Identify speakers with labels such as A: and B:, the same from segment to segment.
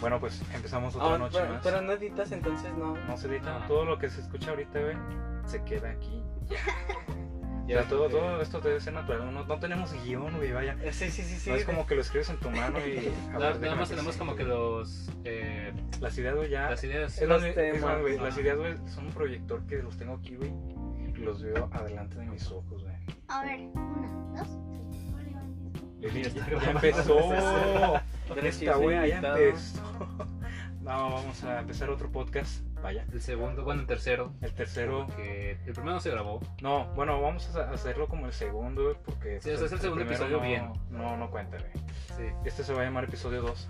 A: Bueno, pues empezamos otra
B: Ahora,
A: noche
B: pero,
A: más.
B: Ah, pero no editas, entonces no.
A: No se edita,
B: Ah.
A: todo lo que se escucha ahorita, güey, se queda aquí. O
B: Ya,
A: sea, todo,
B: eh,
A: todo esto debe ser natural. No, no tenemos guión, güey, vaya.
B: eh, Sí, sí, sí, sí.
A: no es como que lo escribes en tu mano y. a
C: Nada,
A: ver,
C: nada
A: déjame
C: más tenemos
A: pensar.
C: como que los, eh,
A: Las ideas, güey, ya.
C: las ideas.
A: Es más,
B: Los
A: güey, es más,
B: temas.
A: güey, las
C: Ajá.
A: ideas, güey, son un proyector que los tengo aquí, güey. Y los veo adelante de mis ojos, güey.
D: A ver, una, dos, tres. Ole, ole.
A: Lili,
C: Ya está
A: ya,
C: grabando.
A: empezó.
B: Pero sí,
A: Esta
B: soy
A: wea ya
B: invitado.
A: empezó. No, vamos a empezar otro podcast. Vaya.
C: El segundo, bueno, el tercero.
A: El tercero.
C: Que el primero no se grabó.
A: No, bueno, vamos a hacerlo como el segundo, güey, porque.
C: Sí, o sea, es el segundo
A: primero
C: episodio
A: no-
C: bien.
A: No, no cuenta, güey.
C: Sí.
A: Este se va a llamar episodio 2.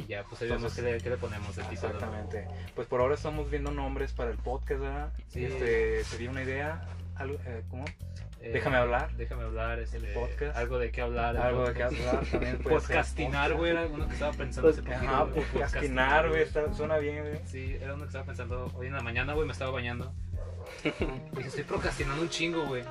C: Y ya, pues ahí vemos
A: Entonces-
C: qué le, qué le ponemos el título.
A: Exactamente. Pues por ahora estamos viendo nombres para el podcast, ¿verdad?
C: Sí.
A: Este, sería una idea. algo, eh, ¿Cómo?
C: Eh,
A: Déjame hablar.
C: Déjame hablar, es el eh,
A: Podcast.
C: Algo de qué hablar. el
A: Algo de qué
C: podcast.
A: hablar también. puede ser.
C: Podcastinar, güey, era uno que estaba pensando hace poquito.
A: Ajá,
C: güey,
A: podcastinar, güey. está- Suena bien, güey.
C: Sí, era uno que estaba pensando hoy en la mañana, güey, me estaba bañando. Dije, estoy procrastinando un chingo, güey.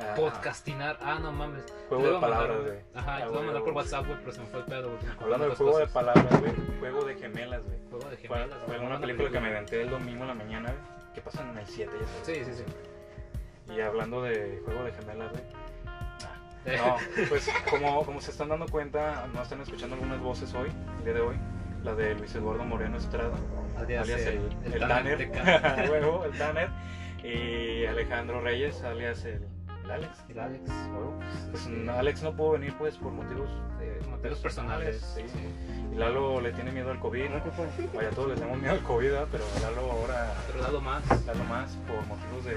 A: Ah,
C: Podcastinar, ah, no mames.
A: Juego
C: Te
A: de
C: lo iba a mandar,
A: palabras, güey.
C: Ajá, te
A: Ah,
C: lo voy a
A: güey,
C: mandar por
A: güey.
C: WhatsApp, güey, pero se me fue el pedo, güey.
A: Hablando del
C: Otras
A: juego de
C: cosas.
A: palabras, güey. Juego de gemelas, güey.
C: Juego de
A: Fue,
C: gemelas,
A: fue
C: güey,
A: una película que me inventé el domingo en la mañana, güey, que pasa en el 7, ya sabes.
C: Sí, sí, sí.
A: Y hablando de juego de gemelas, güey. No, pues como, como se están dando cuenta, no están escuchando algunas voces hoy, el día de hoy. La de Luis Eduardo Moreno Estrada,
C: alias
A: alias el,
C: el,
A: el
C: Tanner
A: Tanner,
C: de Ca-
A: a huevo, el Tanner, y Alejandro Reyes, alias el, el Alex.
C: El Alex.
A: a huevo. Pues,
C: Sí.
A: Alex no pudo venir pues por motivos, eh,
C: Motivos personales.
A: sí.
C: sí. Ah,
A: Y Lalo le tiene miedo al COVID.
B: No, ¿qué fue?
A: Vaya, todos le tenemos miedo al COVID, ¿verdad? pero Lalo ahora,
C: Pero dado más
A: Lalo más por motivos de...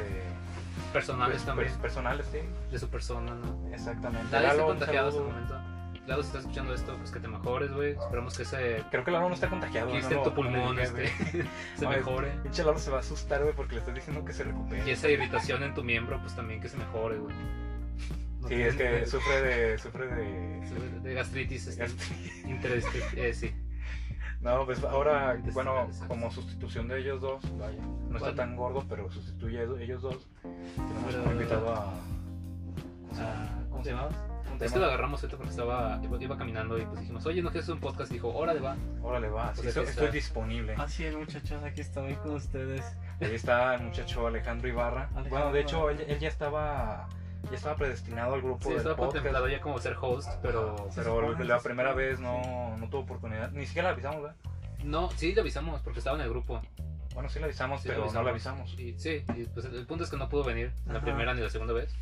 C: personales
A: pues,
C: también,
A: pers- Personales, sí.
C: de su persona, ¿no?
A: Exactamente.
C: Nadie está
A: Lalo, un
C: contagiado hasta el
A: saludo.
C: momento. Lalo, si estás escuchando esto, pues que te mejores, güey. Esperamos que ese
A: Creo que Lalo no está contagiado.
C: quiste
A: no,
C: en
A: no,
C: tu pulmón
A: no,
C: este, se
A: Ay,
C: mejore.
A: Pinche Lalo se va a asustar, güey, porque le estoy diciendo que se recupere.
C: Y esa irritación en tu miembro, pues también que se mejore, güey. No
A: Sí,
C: te-
A: es que sufre de... Sufre de...
C: de gastritis, este, interés, eh, sí.
A: No, pues ahora,
C: Intestinal,
A: bueno,
C: exacto.
A: como sustitución de ellos dos, vaya, no está
C: Bueno.
A: tan gordo, pero sustituye a ellos dos. Tenemos
C: Pero-
A: como invitado a...
C: Ah, ¿Cómo se
A: llama?
C: llamaba?
A: Un
B: este
C: Es que lo
A: tema.
C: agarramos ahorita porque estaba, iba, iba caminando y pues dijimos, oye, ¿no quieres hacer un podcast? Y dijo, órale, va.
A: Órale, va. sí,
C: Pues aquí
A: estoy,
C: está. Ah.
A: estoy disponible.
B: Así es, Ah, muchachos, aquí estoy con ustedes.
A: Ahí está el muchacho Alejandro Ibarra.
B: Alejandro
A: bueno, de hecho, él,
B: Ibarra.
A: él ya estaba ya estaba predestinado al grupo
C: Sí,
A: del
C: estaba
A: podcast.
C: contemplado ya como ser host, pero...
B: Sí,
A: Pero
B: supone,
A: la
B: se
A: primera
B: supone,
A: vez no, no tuvo oportunidad. Ni siquiera la avisamos, ¿verdad?
C: No, sí, le avisamos porque estaba en el grupo.
A: Bueno, sí la avisamos,
C: Sí,
A: pero
C: lo
A: no la
C: avisamos.
A: avisamos.
C: Y, sí, y, pues el, el punto es que no pudo venir la
B: Ajá.
C: primera ni la segunda vez.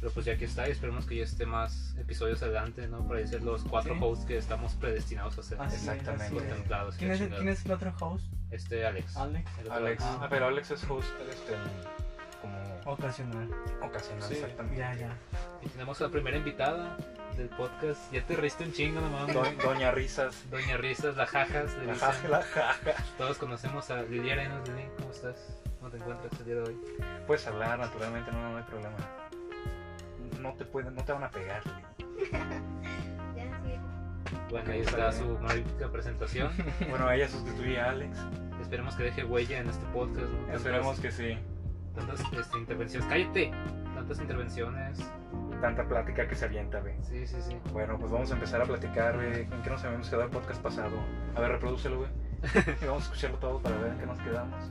C: Pero pues ya que está y esperemos que ya esté más episodios adelante, ¿no? Para ser los cuatro
B: Sí.
C: hosts que estamos predestinados a ser
B: Así es,
A: Exactamente.
B: así es.
C: contemplados.
B: ¿Quién
C: la
B: es, el,
C: chingada.
B: ¿Quién es el otro host?
C: Este, Alex.
B: Alex.
C: El otro
A: Alex.
B: Ah.
A: Ah, pero Alex es host este, como
B: Ocasional.
A: ocasional, Ah,
C: Sí,
A: exactamente.
B: Ya, ya.
C: Y tenemos a la primera invitada del podcast. Ya te reíste un chingo, no mames.
A: Do- Doña Risas.
C: Doña Risas, las jajas. le
A: La
C: dicen.
A: jaja, la jaja.
C: Todos conocemos a Lili Arenas. Lili, ¿cómo estás? ¿Cómo te encuentras el día de hoy?
A: Puedes hablar, naturalmente, no, no hay problema. No te, pueden, no te van a pegar, Lili.
D: Ya, sí.
C: Bueno, ahí
A: Ok,
C: está
A: está
C: su
A: bien.
C: magnífica presentación.
A: Bueno, ella sustituye a Alex.
C: Esperemos que deje huella en este podcast. ¿no? Tantas-
A: Esperemos que sí.
C: tantas este, intervenciones. ¡Cállate! Tantas intervenciones.
A: Tanta plática que se avienta, ve.
C: Sí, sí, sí.
A: Bueno, pues vamos a empezar a platicar, güey. ¿En qué nos habíamos quedado el podcast pasado? A ver, reprodúcelo, güey. Y vamos a escucharlo todo para ver en qué nos quedamos.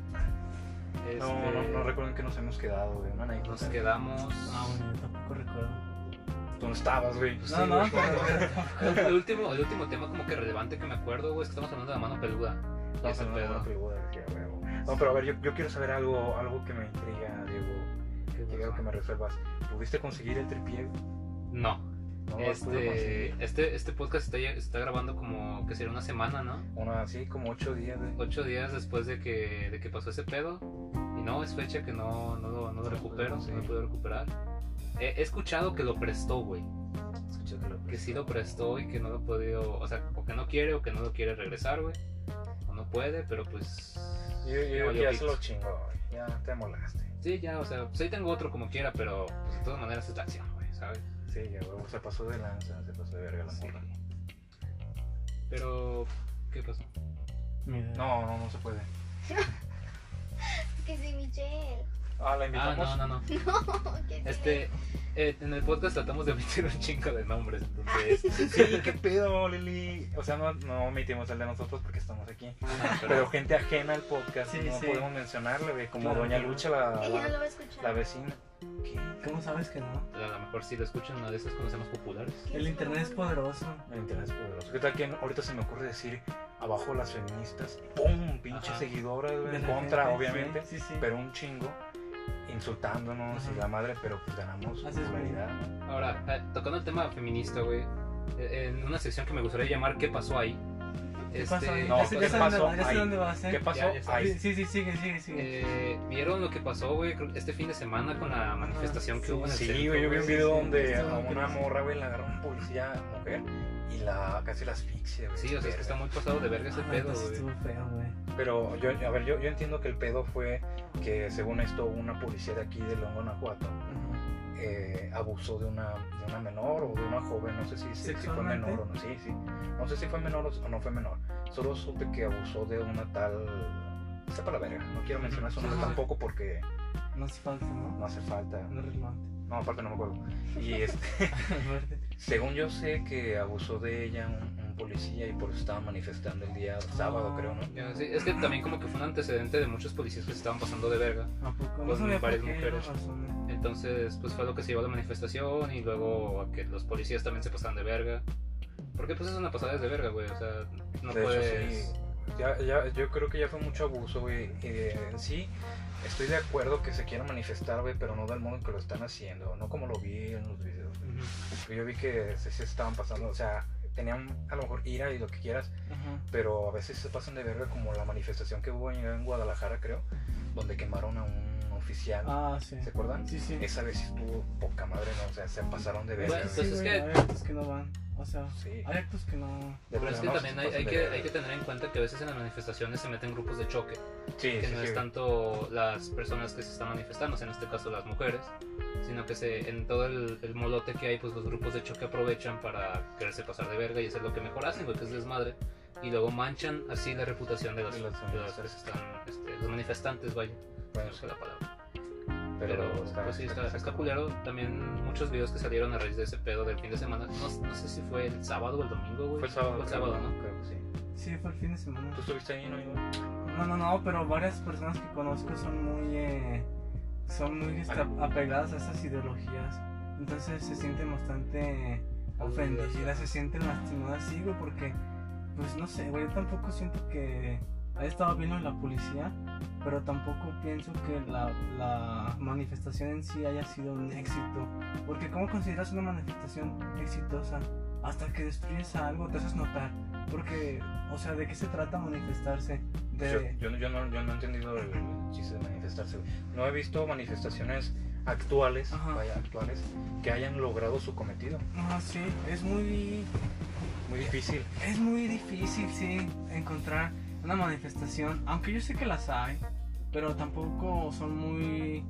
C: Este,
A: No, no, no recuerdo en qué nos hemos quedado, güey. Una anécdota.
C: Nos quedamos.
B: Ah, bueno, yo tampoco recuerdo.
A: Tú no estabas, güey.
C: Pues
B: No,
C: sí,
B: no,
C: güey.
B: pero-
C: El, el último, el último tema, como que relevante que me acuerdo, güey, es que estamos hablando de la mano peluda. Y
A: Estabas
C: ese
A: hablando de
C: pedo.
A: una figura, dije, güey, güey. No, pero a ver, yo, yo quiero saber algo, algo que me intriga, Diego. Que
C: ¿Qué
A: quiero
C: pasó?
A: que me resuelvas. ¿Pudiste conseguir el tripié? güey?
C: No,
A: No, lo pude conseguir.
C: este, este, este podcast está, ya- está grabando como que sería una semana, ¿no?
A: Bueno, así como ocho días, güey.
C: Ocho días después de que, de que pasó ese pedo. Y no, es fecha que no, no, lo, no
A: No,
C: lo recupero,
A: sí.
C: no lo puedo recuperar. He, he escuchado que lo prestó, güey.
A: Escuché que lo-
C: Que sí lo prestó y que no lo ha podido, o sea, o que no quiere o que no lo quiere regresar, güey. O no puede, pero pues...
A: Yo, yo,
C: ya
A: yo,
C: valió
A: ya
C: pito.
A: se lo chingó, güey. Ya te molaste.
C: Sí, ya, o sea, pues ahí tengo otro como quiera, pero pues de todas maneras es la acción, güey, ¿sabes?
A: Sí, ya, güey. Se pasó de lanza, se pasó de verga la
C: Sí.
A: morra.
C: Pero, ¿qué pasó?
B: Mira.
A: No, no, no se puede.
D: Que sí, Michelle.
A: Ah, la
C: Ah,
A: invitamos.
C: no, no, no.
D: Que sí,
C: Este, eh, en el podcast tratamos de omitir un chingo de nombres, entonces.
A: Sí, qué pedo, Lili. O sea, no, no omitimos el de nosotros porque estamos aquí.
C: ah,
A: Pero gente ajena al podcast,
B: Sí,
A: no
B: sí.
A: podemos mencionarla, güey. Como
B: Claro.
A: Doña Lucha, la,
D: Ella no lo
A: la,
D: va a escuchar.
A: la vecina. ¿Qué?
B: ¿Cómo sabes que no?
C: a lo mejor si lo escuchan una de esas conocemos populares.
B: El internet es poderoso.
A: Me interesa poderoso. ¿Qué tal que ahorita se me ocurre decir abajo las feministas? ¡Pum! Pinche
C: Ajá.
A: seguidora, güey.
B: De
A: En
B: la
A: contra,
B: gente,
A: obviamente.
B: Sí, sí. sí.
A: Pero un chingo. Insultándonos
B: Ajá.
A: y la madre, pero pues ganamos
B: Así es, güey.
A: popularidad.
C: Ahora, eh, tocando el tema feminista, güey, eh, en una sección que me gustaría llamar ¿Qué pasó ahí?
B: ¿Qué
C: Este,
B: pasó ahí?
A: no,
B: ya sé, ya
A: ¿qué
B: sé dónde
A: pasó
B: va, ya sé
A: ahí?
B: dónde vas, ¿eh?
A: ¿Qué pasó?
C: Ya, ya está.
A: Ahí.
B: Sí, sí, sí, sigue, sigue, sigue.
C: Eh, ¿Vieron lo que pasó, güey? Creo que Este fin de semana con la manifestación que
B: Ah, sí.
C: hubo en el
A: Sí,
C: centro,
A: güey, yo vi
C: güey.
A: un
B: sí,
A: video
B: sí,
A: donde
B: estuvo
A: a una
B: buenísimo.
A: morra, güey, la agarró un policía mujer y la casi la asfixia, güey.
C: Sí, o sea, es que está
A: Verga.
C: muy pasado de verga ese
B: Ah,
C: pedo,
B: entonces
C: güey.
B: estuvo feo, güey.
A: Pero yo, a ver, yo, yo entiendo que el pedo fue que según esto una policía de aquí de León, Guanajuato,
B: Ajá.
A: eh, abusó de una, de una menor o de una joven, no sé si, si- si fue
B: ¿Sexualmente?
A: menor o no, sí, sí. No sé si fue menor o, o no fue menor. Solo supe que abusó de una tal. Está para la verga, no quiero mencionar su
B: Sí,
A: nombre
B: sí.
A: tampoco porque
B: No hace falta, ¿no?
A: no hace falta.
B: No es relevante.
A: No, aparte no me acuerdo. Y este,
B: Verde.
A: según yo sé que abusó de ella un, un policía y por eso estaba manifestando el día sábado, creo, ¿no?
C: Ya, sí, es que también como que fue un antecedente de muchos policías que se estaban pasando de verga.
B: ¿A poco? No
C: Con
B: sabía por
C: varias
B: qué
C: mujeres.
B: era razón, ¿eh?
C: Entonces, pues fue lo que se llevó a la manifestación y luego a que los policías también se pasaban de verga. Porque pues es una pasada de verga, güey. O sea, no
A: de
C: puedes...
A: hecho, sí. Ya, ya, yo creo que ya fue mucho abuso, güey. Eh, sí, estoy de acuerdo que se quieran manifestar, güey, pero no del modo en que lo están haciendo. No como lo vi en los videos.
C: Ujú.
A: Porque yo vi que se, se estaban pasando, o sea, tenían a lo mejor ira y lo que quieras,
B: Ajá.
A: pero a veces se pasan de verga, como la manifestación que hubo en, en Guadalajara, creo, donde quemaron a un oficial.
B: Ah, sí.
A: ¿Se acuerdan?
B: Sí, sí.
A: Esa vez sí estuvo poca madre, ¿no? O sea, se pasaron de verga.
C: Bueno,
A: güey.
B: este, Sí,
C: pues es
B: güey,
C: que-
B: Hay actos que no van. O sea,
A: sí.
B: hay actos que no.
A: De
C: Pero es
A: plano,
C: que
A: no,
C: también
A: se
C: hay, hay
A: pasan de
C: que,
A: verga.
C: hay que tener en cuenta que a veces en las manifestaciones se meten grupos de choque,
A: Sí,
C: que
A: sí,
C: no
A: sí,
C: es tanto las personas que se están manifestando, o sea, en este caso las mujeres, sino que se, en todo el, el molote que hay, pues los grupos de choque aprovechan para quererse pasar de verga y hacer lo que mejor hacen, porque es desmadre, y luego manchan así la reputación de las,
A: De las
C: de las que se están, este, los manifestantes, vaya,
A: Bueno,
C: no
A: sí,
C: sé la palabra.
A: pero,
C: Pero, pues sí, está, está culero. También muchos videos que salieron a raíz de ese pedo del fin de semana, no, no sé si fue el sábado o el domingo, güey.
A: Fue el sábado,
C: Fue el
A: creo,
C: sábado, ¿no?
A: Creo que sí.
B: Sí, fue el fin de semana.
A: ¿Tú estuviste ahí, no? Iván?
B: No, no, no, pero varias personas que conozco son muy. eh, son muy este, apegadas a esas ideologías. Entonces se sienten bastante ofendidas, se sienten lastimadas, sí, güey, porque. Pues no sé, güey, yo tampoco siento que haya estado bien lo de la policía, pero tampoco pienso que la, la manifestación en sí haya sido un éxito. Porque ¿cómo consideras una manifestación exitosa? Hasta que destruyes algo, te haces notar. Porque, o sea, ¿de qué se trata manifestarse?
A: Yo,
B: De...
A: yo, no- yo no, yo no he entendido el, el chiste de manifestarse. güey. No he visto manifestaciones actuales,
B: Ajá.
A: vaya, actuales, que hayan logrado su cometido.
B: Ah, sí, es muy,
A: Muy difícil.
B: es muy difícil, sí, encontrar una manifestación. Aunque yo sé que las hay, pero tampoco son muy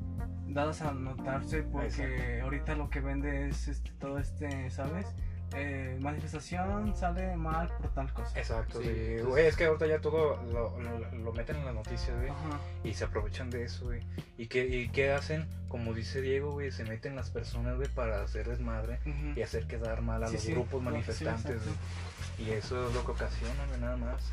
B: dadas a notarse porque
A: Exacto.
B: ahorita lo que vende es este, todo este, ¿sabes? Eh, manifestación sale mal por tal cosa.
A: Exacto.
C: Sí,
A: sí. Güey,
C: entonces-
A: es que ahorita ya todo lo, lo- lo meten en las noticias, güey,
B: Ajá.
A: y se aprovechan de eso, güey. ¿Y qué, ¿Y qué hacen? Como dice Diego, güey, se meten las personas, güey, para hacer desmadre
B: ujú.
A: y hacer quedar mal a
B: Sí,
A: los
B: sí,
A: grupos
B: no, sí,
A: manifestantes,
B: exacto.
A: güey. Y eso es lo que ocasiona, güey, nada más.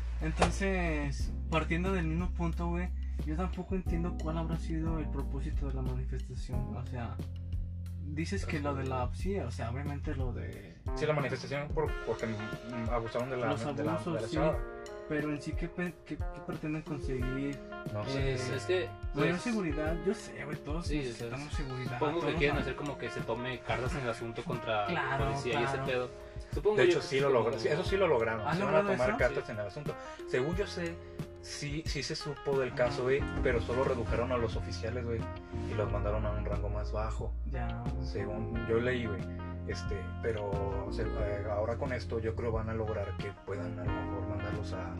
B: Entonces, partiendo del mismo punto, güey, yo tampoco entiendo cuál habrá sido el propósito de la manifestación. O sea, dices que lo de la sí, o sea, obviamente lo de.
A: Sí, la manifestación por, porque mm, abusaron de la,
B: Los
A: de la- de la
B: abusos, sí.
A: chava.
B: Pero en sí, ¿qué, pe- qué- qué pretenden conseguir?
A: No
B: Eh,
A: sé.
C: Es, es que...
B: Mayor
C: pues,
B: seguridad, yo sé, güey, todos
C: Sí,
B: necesitamos
C: o sea,
B: seguridad.
C: Supongo que
B: todos
C: quieren
B: nos-
C: hacer como que se tome cartas en el asunto contra
B: Claro,
C: la policía y
B: claro.
C: ese pedo. Supongo
A: De
C: yo
A: hecho,
C: que
A: sí
C: es
A: lo
C: como-
A: lograron. Eso sí lo lograron.
B: ¿Han
A: Se van a
B: logrado
A: tomar
B: eso?
A: cartas
C: Sí.
A: en el asunto. Según yo sé, sí, sí se supo del caso, güey, pero solo redujeron a los oficiales, güey, y los mandaron a un rango más bajo,
B: Ya.
A: según yo leí, güey. Este, pero se- eh, ahora con esto yo creo van a lograr que puedan a lo mejor mandarlos a,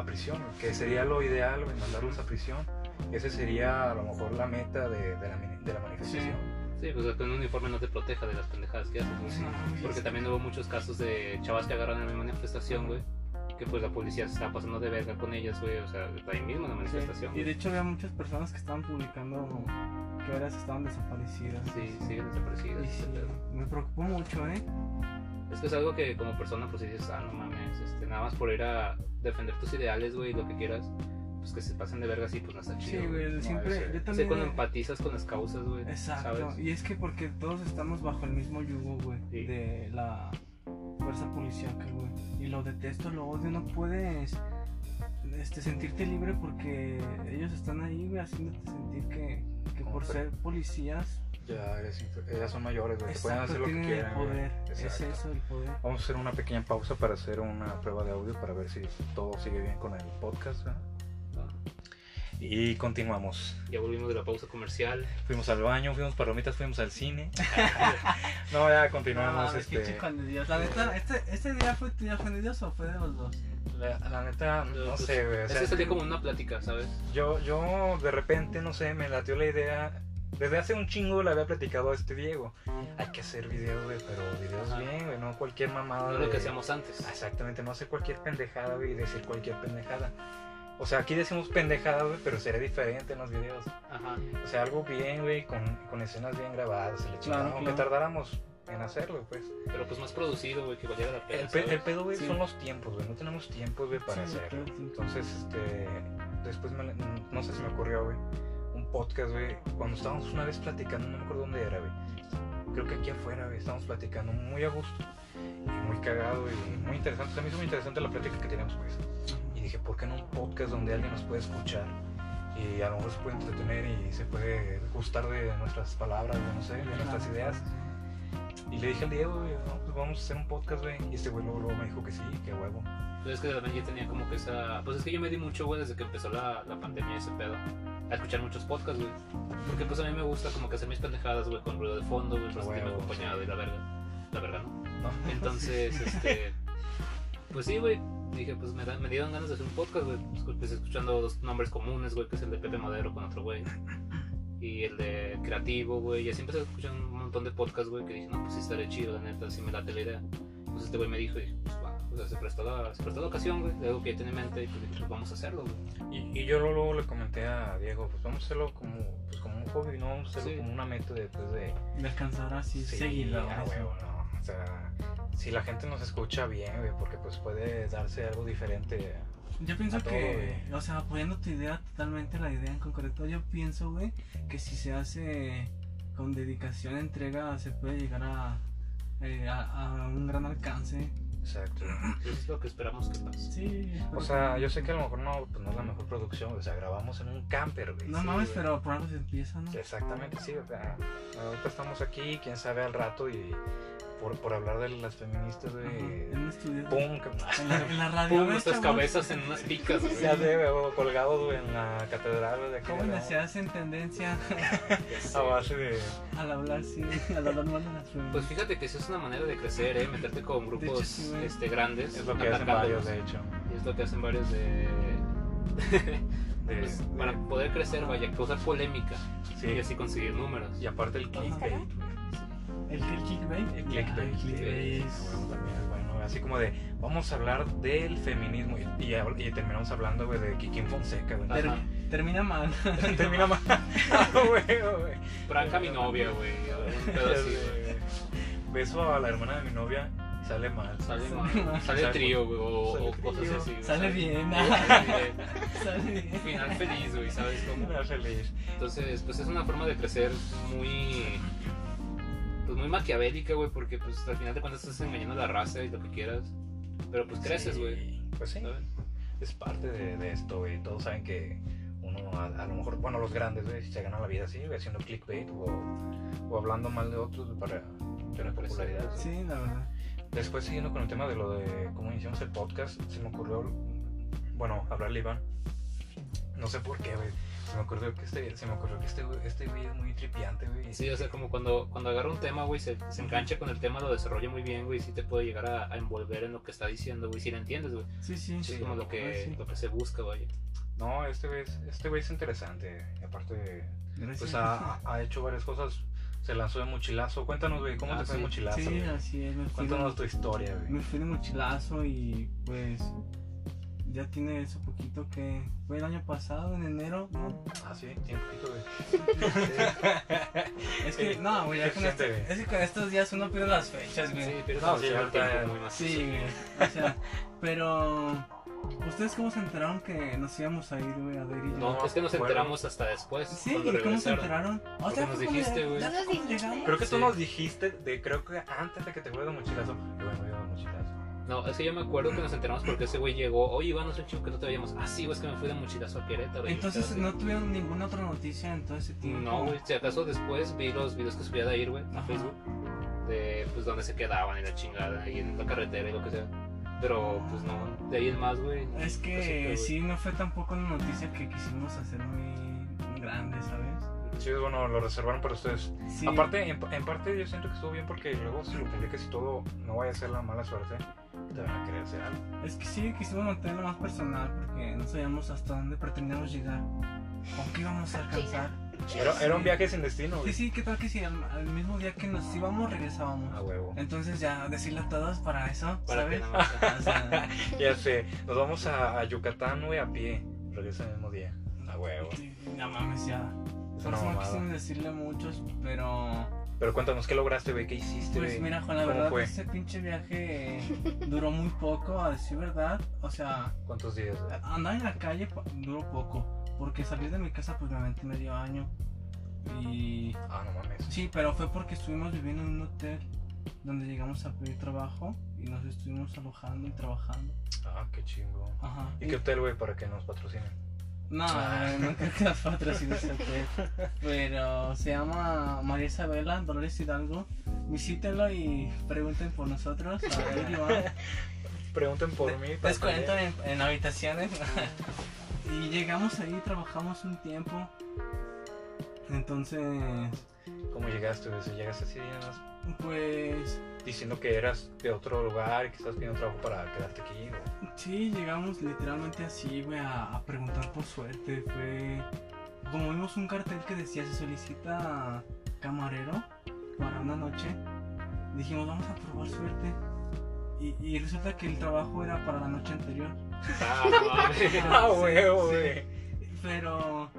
A: a prisión, güey, que sería lo ideal, güey, mandarlos a prisión. Ese sería a lo mejor la meta de, de la, mini- de la manifestación.
C: Sí, pues que un uniforme no te proteja de las pendejadas que haces. güey.
B: No, güey,
C: Porque
B: sí.
C: también hubo muchos casos de chavas que agarran en la manifestación, güey. que pues la policía se está pasando de verga con ellas, güey, o sea, ahí mismo en la
B: Sí,
C: manifestación.
B: Y de hecho había muchas personas que estaban publicando que ahora estaban desaparecidas.
C: Sí,
B: sí.
C: sí, desaparecidas.
B: Y sí,
C: ese pedo.
B: me preocupó mucho, ¿eh?
C: Es que es algo que como persona pues sí dices, ah, no mames, este, nada más por ir a defender tus ideales, güey, lo que quieras, pues que se pasen de verga así, pues no está
B: Sí,
C: chido. güey.
B: güey, siempre.
A: sí.
B: Yo
C: O sea,
B: también.
C: cuando empatizas con las causas, güey.
B: Exacto.
C: ¿sabes?
B: Y es que porque todos estamos bajo el mismo yugo, güey,
C: Sí.
B: de la fuerza policíaca, güey. Y lo detesto, lo odio, no puedes este, sentirte libre porque ellos están ahí, güey, haciéndote sentir que, que
A: Como
B: por
A: pre-
B: ser policías
A: Ya, eres infer- ya son mayores, güey. te Pueden
B: exacto,
A: hacer lo que
B: tienen
A: quieran.
B: el
A: güey.
B: poder. Es
A: Exacto.
B: eso, el poder.
A: Vamos a hacer una pequeña pausa para hacer una prueba de audio para ver si todo sigue bien con el podcast. ¿verdad?
C: Ah,
A: Y continuamos.
C: Ya volvimos de la pausa comercial.
A: Fuimos al baño, fuimos palomitas, fuimos al cine. no, ya continuamos.
B: mames, qué
A: este,
B: chico con Dios. La neta, este, este día fue tu día con Dios o fue de los dos?
A: la, la neta, no
C: Pues,
A: sé, güey. o sea,
C: Este salió como una plática, ¿sabes?
A: yo, yo de repente, no sé, me latió la idea. Desde hace un chingo le había platicado a este Diego. Hay que hacer videos, güey, pero videos
C: Ajá.
A: bien, güey, no cualquier mamada.
C: No es lo que
A: de-
C: hacíamos antes.
A: Exactamente, no hacer cualquier pendejada, güey, y decir cualquier pendejada. O sea, aquí decimos pendejada, güey, pero sería diferente en los videos.
C: Ajá.
A: O sea, algo bien, güey, con, con escenas bien grabadas, y la chingada,
B: Claro,
A: aunque
B: claro.
A: tardáramos en hacerlo, pues.
C: Pero pues más producido, güey, que valiera la pena.
A: El, pe- el
C: ¿sabes?
A: pedo, güey,
B: Sí.
A: son los tiempos, güey, no tenemos tiempo, güey, para
B: Sí,
A: hacerlo.
B: claro, sí.
A: Entonces, este, después, me la- no sé si me ocurrió, güey, un podcast, güey, cuando estábamos una vez platicando, no me acuerdo dónde era, güey. Creo que aquí afuera, güey, estábamos platicando muy a gusto, y muy cagado, y muy interesante. Se me hizo muy interesante la plática que teníamos, pues. Y dije, ¿por qué no un podcast donde alguien nos puede escuchar? Y a lo mejor se puede entretener y se puede gustar de nuestras palabras, de, no sé, de nuestras ideas. Y le dije al Diego, güey, no, pues vamos a hacer un podcast, güey. Y este güey luego, luego me dijo que sí, que huevo.
C: Pero es que también yo tenía como que esa. Pues es que yo me di mucho, güey, desde que empezó la, la pandemia y ese pedo. A escuchar muchos podcasts, güey. Porque pues a mí me gusta como que hacer mis pendejadas, güey, con ruido de fondo, güey, para
A: Huevo,
C: sentirme
A: sí.
C: acompañado y la verga. La verga, ¿no?
A: No.
C: Entonces, este. Pues sí, güey. Dije, pues me, da- me dieron ganas de hacer un podcast, güey. Pues, Empecé escuchando dos nombres comunes, güey, que es el de Pepe Madero con otro güey. Y el de Creativo, güey. Y así empecé a escuchar un montón de podcasts, güey, que dije, no, pues sí estaré chido, la neta, si me late la idea. Pues este güey me dijo, y dije, pues va, o sea, se prestó la, se prestó la ocasión, güey, de algo que yo tenía en mente, y pues dije, pues vamos a hacerlo, güey.
A: Y, y yo luego, luego le comenté a Diego, pues vamos a hacerlo como, pues, como un hobby, no vamos a hacerlo
C: Sí.
A: como una meta después de...
B: De alcanzar así seguidores.
A: a
B: güey.
A: huevo, no. O sea, si la gente nos escucha bien, güey, porque pues puede darse algo diferente.
B: Yo pienso
A: A todo,
B: que, o sea, apoyando tu idea totalmente, la idea en concreto, yo pienso, güey, que si se hace con dedicación, entrega, se puede llegar a, eh, a, a un gran alcance.
A: Exacto.
C: Eso es lo que esperamos que pase.
B: Sí.
A: O sea, yo sé que a lo mejor no, pues, no es la mejor producción, o sea, grabamos en un camper, güey.
B: No
A: sí,
B: mames,
A: güey.
B: pero por algo se empieza, ¿no?
A: Exactamente, sí, o sea, ahorita estamos aquí, quién sabe al rato y por, por hablar de las feministas,
B: Ajá,
A: güey,
B: En un estudio.
A: pum, que
B: En la, en la radio.
C: Pum,
B: ¿ves,
C: nuestras
B: chavos?
C: cabezas en unas picas, güey.
A: ya sé, güey, o colgados, güey, en la catedral, güey, de aquí,
B: ¿Cómo
A: ¿no?
B: le se hace en tendencia
A: a base de...
B: al hablar, sí, al hablar mal de las feministas?
C: Pues fíjate que sí es una manera de crecer, ¿eh? Meterte con grupos
B: hecho, sí, güey.
C: este, grandes.
A: Es lo que hacen varios,
C: atacándolos.
A: de hecho.
C: Y es lo que hacen varios de...
A: De-
C: pues,
A: de-
C: Para poder crecer, vaya, causar polémica y
A: eh, sí,
C: así conseguir números.
A: y aparte el clickbait, güey.
B: ¿El, el clickbait?
A: El
B: Ah,
A: clickbait.
B: el clickbait.
A: Sí, bueno, también es bueno. Así como de, vamos a hablar del feminismo. Y, y hab- y terminamos hablando, güey, de Kikín Fonseca, güey.
B: Ter-
C: Ajá.
B: termina mal.
A: Termina mal. Ah, güey, güey.
C: Franca, mi novia, güey. Un pedo
A: Ya
C: así,
A: sé,
C: güey.
A: güey. Beso a la hermana de mi novia y sale mal.
C: Sale,
B: Sale-
C: mal. sale trío, güey, o,
A: Sale
C: o cosas
A: trío.
C: así. güey.
B: Sale bien.
C: Sale bien.
B: Sale bien.
C: Final feliz, güey, ¿sabes cómo?
A: Me hace reír.
C: Entonces, pues es una forma de crecer muy. Pues muy maquiavélica, güey, porque pues al final de cuentas estás engañando a la raza y lo que quieras. Pero pues creces,
A: Sí,
C: güey.
A: Pues sí,
C: ¿sabes?
A: es parte de, de esto, güey. Todos saben que uno, a, a lo mejor, bueno, los grandes, güey, se ganan la vida así, güey, haciendo clickbait o, o hablando mal de otros güey, para tener popularidad. güey.
B: Sí, la verdad.
A: Después, siguiendo con el tema de lo de cómo iniciamos el podcast, se me ocurrió, bueno, hablarle a Iván. No sé por qué, güey. Se me ocurrió que este, se me ocurrió que este, güey- este güey es muy tripiante, güey.
C: Sí, o sea, como cuando, cuando agarra un tema, güey, se, se engancha con el tema, lo desarrolla muy bien, güey, y sí te puede llegar a, a envolver en lo que está diciendo, güey, si lo entiendes, güey.
B: Sí, sí.
C: Es como lo que,
B: Sí.
C: lo que se busca, güey.
A: No, este güey, es- este güey es interesante. Y aparte,
B: Gracias.
A: pues
C: ah,
A: ha, ha hecho varias cosas. Se lanzó de mochilazo. Cuéntanos, güey, ¿cómo
C: Ah,
A: te fue de
C: sí.
A: mochilazo?
B: Sí, Mm.
A: güey?
B: así es. Me fui, de,
A: Cuéntanos tu historia, güey.
B: me fui de mochilazo y pues ya tiene eso poquito que fue el año pasado, en enero. ¿no?
A: Ah, sí, tiene un poquito de.
B: Es que, no, güey, ya
A: Se
B: con esto-
A: siente bien.
B: es que con estos días uno pierde las fechas, güey.
C: Sí, pero
A: No,
C: no,
A: sí,
C: lleva el
A: ahorita
C: tiempo
A: ya.
C: muy más.
B: Sí, güey. O sea, pero. ¿Ustedes cómo se enteraron que nos íbamos a ir, güey, a ver y yo?
C: No, es que nos
A: Bueno.
C: enteramos hasta después.
B: Sí,
C: cuando
B: ¿y cómo se
C: regresaron.
B: enteraron? O
C: Porque
B: sea,
C: nos
B: fue como
C: dijiste,
B: de-
C: güey.
B: ya fue como
D: Sí.
B: llegamos.
A: Creo que tú
C: Sí.
A: nos dijiste, de, creo que antes de que te fueras de mochilazo, yo me voy de mochilazo.
C: No, es que yo me acuerdo que nos enteramos porque ese güey llegó. Oye, Iván, es un chico que no te veíamos. Ah, sí, güey, es que me fui de mochilazo a Querétaro. y
B: Entonces
C: estaba
B: no
C: así.
B: tuvieron ninguna otra noticia en todo ese tiempo.
C: No, güey. Si acaso después vi los videos que subía de ir, güey, a
B: Ajá.
C: Facebook. De pues dónde se quedaban y la chingada y en la carretera y lo que sea. Pero pues no, de ahí en más, güey.
B: Es que
A: Pues
C: Cosita, güey.
B: sí, no fue tampoco una noticia que quisimos hacer muy grande, ¿sabes?
A: Sí, bueno, lo reservaron para ustedes.
B: Sí.
A: Aparte, en, en parte yo siento que estuvo bien porque luego si lo publicas y todo, no vaya a ser la mala suerte, te van a querer hacer algo.
B: Es que sí, quisimos mantenerlo más personal porque no sabíamos hasta dónde pretendíamos llegar. ¿Con qué íbamos a alcanzar?
A: Era, era un viaje sin destino,
B: Sí,
A: güey.
B: sí, ¿qué tal que si al, al mismo día que nos íbamos regresábamos?
A: A Ah, huevo.
B: Entonces ya decirle a todos para eso,
C: Para que
B: ¿sabes?
C: nada más.
B: O sea,
A: Ya sé, nos vamos a, a Yucatán, güey, a pie. Regresa el mismo día. A huevo.
B: sí, no mames, ya.
A: Es
B: Por
A: una
B: eso no
A: mamada.
B: quisimos decirle a muchos, pero...
A: Pero cuéntanos, ¿qué lograste, güey? ¿Qué hiciste,
B: Pues
A: güey?
B: mira, Juan, la
A: ¿Cómo
B: verdad
A: fue?
B: ese pinche viaje duró muy poco, a decir verdad. O sea,
A: ¿Cuántos días? güey?
B: andar en la calle pa- duró poco, porque salir de mi casa pues me aventé medio año. Y
A: Ah, no mames.
B: sí, pero fue porque estuvimos viviendo en un hotel donde llegamos a pedir trabajo y nos estuvimos alojando y trabajando.
A: Ah, qué chingo.
B: Ajá.
A: ¿Y qué hotel, güey, para que nos patrocinen?
B: No, eh, no creo que las patrocine ese hotel. Pero se llama María Isabela Dolores Hidalgo. Visítenlo y pregunten por nosotros. A ver, Iván.
A: Pregunten por mí. para Ah.
B: Es
A: que-
B: 40 Pues en, en habitaciones. y llegamos ahí, trabajamos un tiempo. Entonces,
A: ¿Cómo llegaste, güey? Si llegaste así, nada más
B: pues
A: diciendo que eras de otro lugar y que estabas pidiendo trabajo para quedarte aquí, güey.
B: sí, llegamos literalmente así, güey, a, a preguntar por suerte. Fue como vimos un cartel que decía se solicita camarero para una noche. Dijimos, vamos a probar suerte. Y, y resulta que el trabajo era para la noche anterior.
C: Ah, no mames.
A: Ah,
B: Sí,
A: huevo,
B: sí.
A: güey.
B: Pero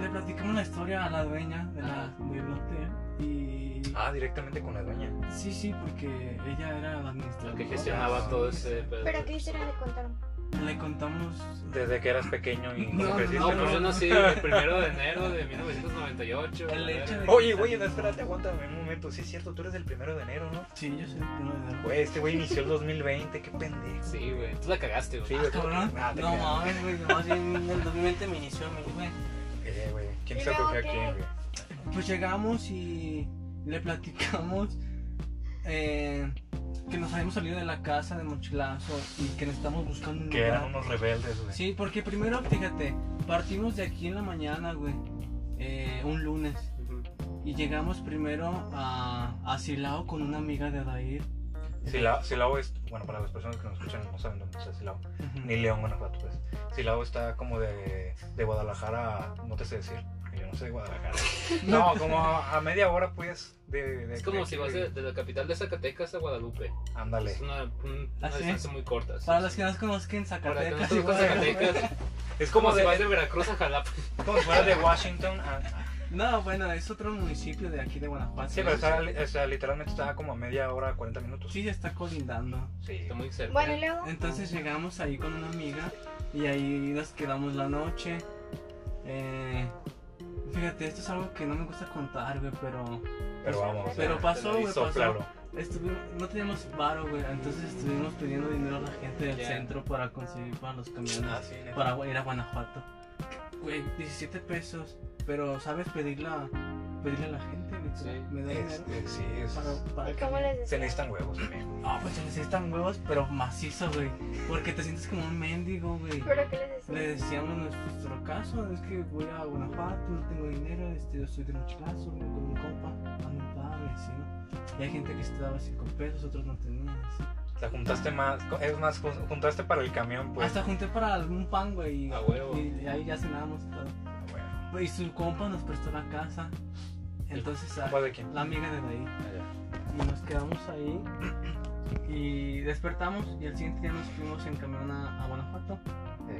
B: le platicamos la historia a la dueña de la-
C: Ajá.
B: del hotel y...
A: Ah, directamente con la dueña.
B: Sí, sí, porque ella era la administradora.
C: Lo que gestionaba todo ese pedo.
D: Pero qué historia le contaron.
B: Le contamos...
A: Desde que eras pequeño y
B: No, no,
A: creciste.
C: No,
B: no.
C: pues yo nací el primero de enero de 1998.
B: El
C: la
B: hecho
C: verga.
B: de-
A: Oye, güey, no, espérate, aguántame un momento. Sí, es cierto, tú eres del primero de enero, ¿no?
B: Sí, yo soy el primero de edad.
A: Güey, este güey inició el 2020, qué pendejo.
C: Sí, güey. Tú la cagaste, güey.
A: Sí, güey.
B: Cabrón,
A: Ah, te
B: no
A: creas.
B: mames, güey, más bien en el 2020 me inició a mí, güey.
A: Eh, güey, ¿quién
D: ¿Y
A: sabe
D: luego
A: qué a
D: qué?
A: quién, güey?
B: Pues llegamos y le platicamos eh, que nos habíamos salido de la casa de mochilazo y que estamos buscando un
A: Que
B: lugar.
A: eran unos rebeldes, güey.
B: Sí, porque primero, fíjate, partimos de aquí en la mañana, güey, eh, un lunes,
C: Ujú.
B: y llegamos primero a, a Silao con una amiga de Adair.
A: Silao, Silao es, bueno, para las personas que nos escuchan no saben dónde está Silao,
B: Ujú.
A: ni León, Guanajuato, pues. Silao está como de, de Guadalajara, no te sé decir, porque yo no sé de Guadalajara. No, como a, a media hora, pues, de... de
C: Es como
A: de-
C: si vas de, de la capital de Zacatecas a Guadalupe.
A: Ándale.
C: Es una, un- una
B: ¿Ah, sí?
C: distancia muy corta. sí,
B: Para
C: sí.
B: los que no nos conozcan,
C: Para que
B: Zacatecas.
C: nosotros con
B: igual, güey.
C: Zacatecas.
A: Es
C: Como
A: como,
C: si
A: de,
C: vas de Veracruz a Jalapa.
A: como si fueras de Washington a,
B: No, bueno, es otro municipio de aquí de Guanajuato.
A: Sí, pero está, o sea, literalmente estaba como a media hora, 40 minutos.
B: Sí, ya está colindando.
A: Sí.
C: Está muy cerca.
D: Bueno, y luego.
B: Entonces llegamos ahí con una amiga y ahí nos quedamos la noche. Eh, fíjate, esto es algo que no me gusta contar, güey, pero...
A: Pero vamos.
B: Pero
A: eh,
B: pasó,
A: y
B: güey, pasó.
A: sóplalo.
B: Estuvimos, no teníamos varo, güey, entonces estuvimos pidiendo dinero a la gente del
C: Ya.
B: centro para conseguir para los
A: Ah,
B: camiones,
A: sí, neta.
B: para ir a Guanajuato. Güey, 17 pesos, pero ¿sabes pedirle a, pedirle a la gente? güey,
C: Sí. pues,
B: me da dinero.
A: Este, sí, es-
B: Para, para
D: ¿Y cómo
B: que-
D: les decía?
A: Se necesitan huevos también.
B: Ah, pues se necesitan huevos, pero macizo, güey, porque te sientes como un mendigo, güey.
D: ¿Pero qué les
B: Le
D: decía?
B: decíamos nuestro caso, es que voy a Guanajuato, no tengo dinero, este, yo soy de mochilazo, vengo con un compa, ando un padre, así, ¿no? Y hay gente que se daba 5 pesos, otros no tenían, así.
A: O sea, juntaste más, es más, jun- juntaste para el camión, pues.
B: Hasta junté para algún pan, güey, y,
C: A huevo.
B: y- y ahí ya cenábamos y todo.
A: Bueno,
B: Güey, Y su compa nos prestó la casa, entonces ah,
A: ¿Compa de quién?
B: la amiga de ahí. Y nos quedamos ahí y despertamos y al siguiente día nos fuimos en camión a, a Guanajuato.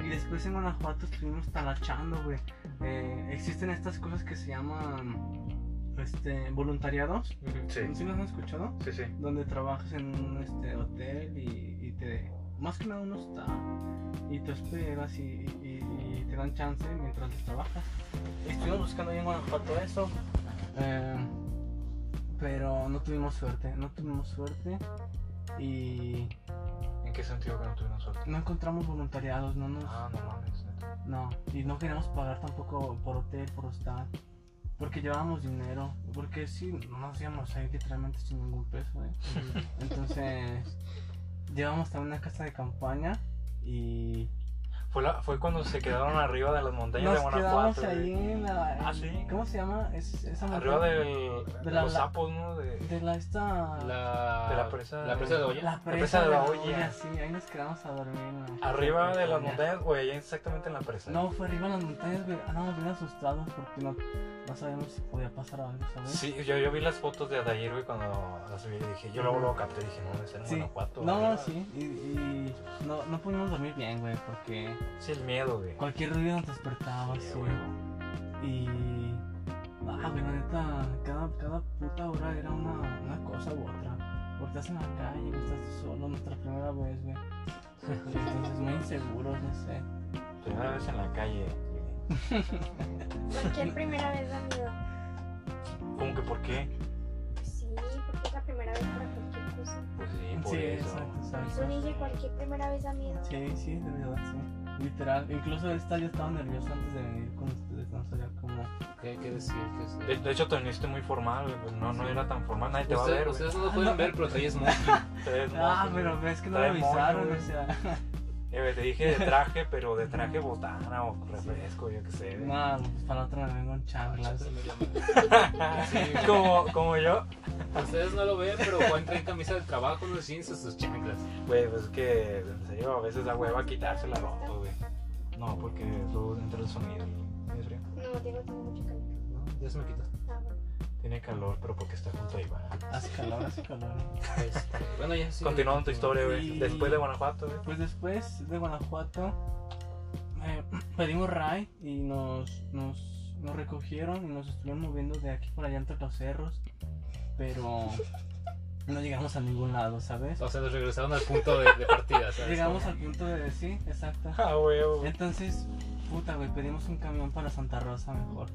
B: Y
A: Eh,
B: después en Guanajuato estuvimos talachando, güey. Eh, existen estas cosas que se llaman este, voluntariados.
A: sí,
B: ¿Sí los han escuchado?
A: sí, sí.
B: donde trabajas en un este, hotel y, y te más que nada uno está y te hospedas y, y- y te dan chance mientras trabajas estuvimos buscando ahí en Guanajuato eso eh, pero no tuvimos suerte no tuvimos suerte y
A: ¿En qué sentido que no tuvieron suerte?
B: no encontramos voluntariados no nos
A: Ah, no mames, neta.
B: no y no queremos pagar tampoco por hotel por hostal porque llevábamos dinero porque si nos íbamos ahí literalmente sin ningún peso ¿eh? Entonces, llevamos también una casa de campaña y
A: Fue, la- fue cuando se quedaron arriba de las montañas de
B: nos quedamos
A: Guanajuato.
B: ahí
A: güey.
B: en la... en-
A: Ah, sí.
B: ¿Cómo se llama? Es- esa
A: Arriba
B: montaña?
A: del, de
B: la-
A: los
B: la-
A: sapos, ¿no? De,
B: de la esta...
C: La,
A: De la presa
C: Ah, la
A: de-
C: presa de olla.
B: la presa, de la olla. Sí, ahí nos quedamos a dormir. güey.
A: arriba de las montañas, o allá exactamente en la presa.
B: No, fue arriba de las montañas, güey. Ah, Andábamos bien asustados porque no, no sabíamos si podía pasar algo, ¿sabes?
A: Sí, yo, yo vi las fotos de Adair, güey, cuando las vi y dije, yo luego lo capté y dije, no, es en
B: Sí.
A: Guanajuato.
B: No,
A: güey.
B: sí, y, y no, no pudimos dormir bien, güey, porque
A: Sí, el miedo, güey.
B: cualquier ruido nos despertaba,
A: Sí,
B: Ah, sí,
A: güey.
B: Y. Ah, güey, la neta, cada, cada puta hora era una, una cosa u otra. Porque estás en la calle, güey, estás tú solo, nuestra primera vez, güey. Y Entonces, muy inseguros, no sé.
A: Primera vez en la calle. güey.
D: Cualquier primera vez da miedo.
A: ¿Cómo que por qué?
D: Sí, porque es la primera vez para cualquier cosa.
A: Pues sí, por
B: sí,
A: eso.
B: exacto,
D: Yo
B: exacto.
D: dije cualquier primera vez da miedo.
B: Sí, sí, de verdad, sí. Literal, incluso esta yo estaba nervioso antes de venir con ustedes, no sabía cómo.
C: ¿Qué, qué decir? ¿Qué decir?
A: De, de hecho, te viniste muy formal, güey. pues No, no era tan formal, nadie te va a
C: Ustedes-
A: ver, güey.
C: ustedes no lo
B: Ah,
C: pueden
B: no.
C: ver, pero traes monkey.
A: Te ves
B: Ah,
A: mozo,
B: pero
A: pues, güey.
B: es que no me
A: Trae moño,
B: avisaron,
A: güey.
B: o sea.
A: Eh, güey, te dije de traje, pero de traje botana o refresco, yo qué sé. güey.
B: No, pues para la otra me vengo en chanclas.
A: como, como yo.
C: Ustedes no lo ven, pero Juan trae camisa de trabajo, unos jeans y sus chanclas.
A: Güey, pues es que, en serio, a veces da hueva quitarse la ropa, güey. No, porque luego entra el sonido, güey. ¿Es frío?
D: No, Diego tiene mucho calor.
C: No, ya se me quitó.
D: Ah, bueno.
A: Tiene calor, pero porque está junto a Iván.
B: Hace calor, hace calor.
C: Pues, bueno, ya sí.
A: Continuando tu historia, güey.
B: Sí.
A: Después de Guanajuato, güey.
B: Pues después de Guanajuato eh, pedimos RAI y nos, nos, nos recogieron y nos estuvieron moviendo de aquí para allá entre los cerros, pero no llegamos a ningún lado, ¿sabes?
C: O sea, nos regresaron al punto de, de partida, ¿sabes?
B: Llegamos al punto de sí, exacto.
A: Ah, güey,
B: ¿Eh?
A: güey.
B: Entonces, puta, güey, pedimos un camión para Santa Rosa mejor.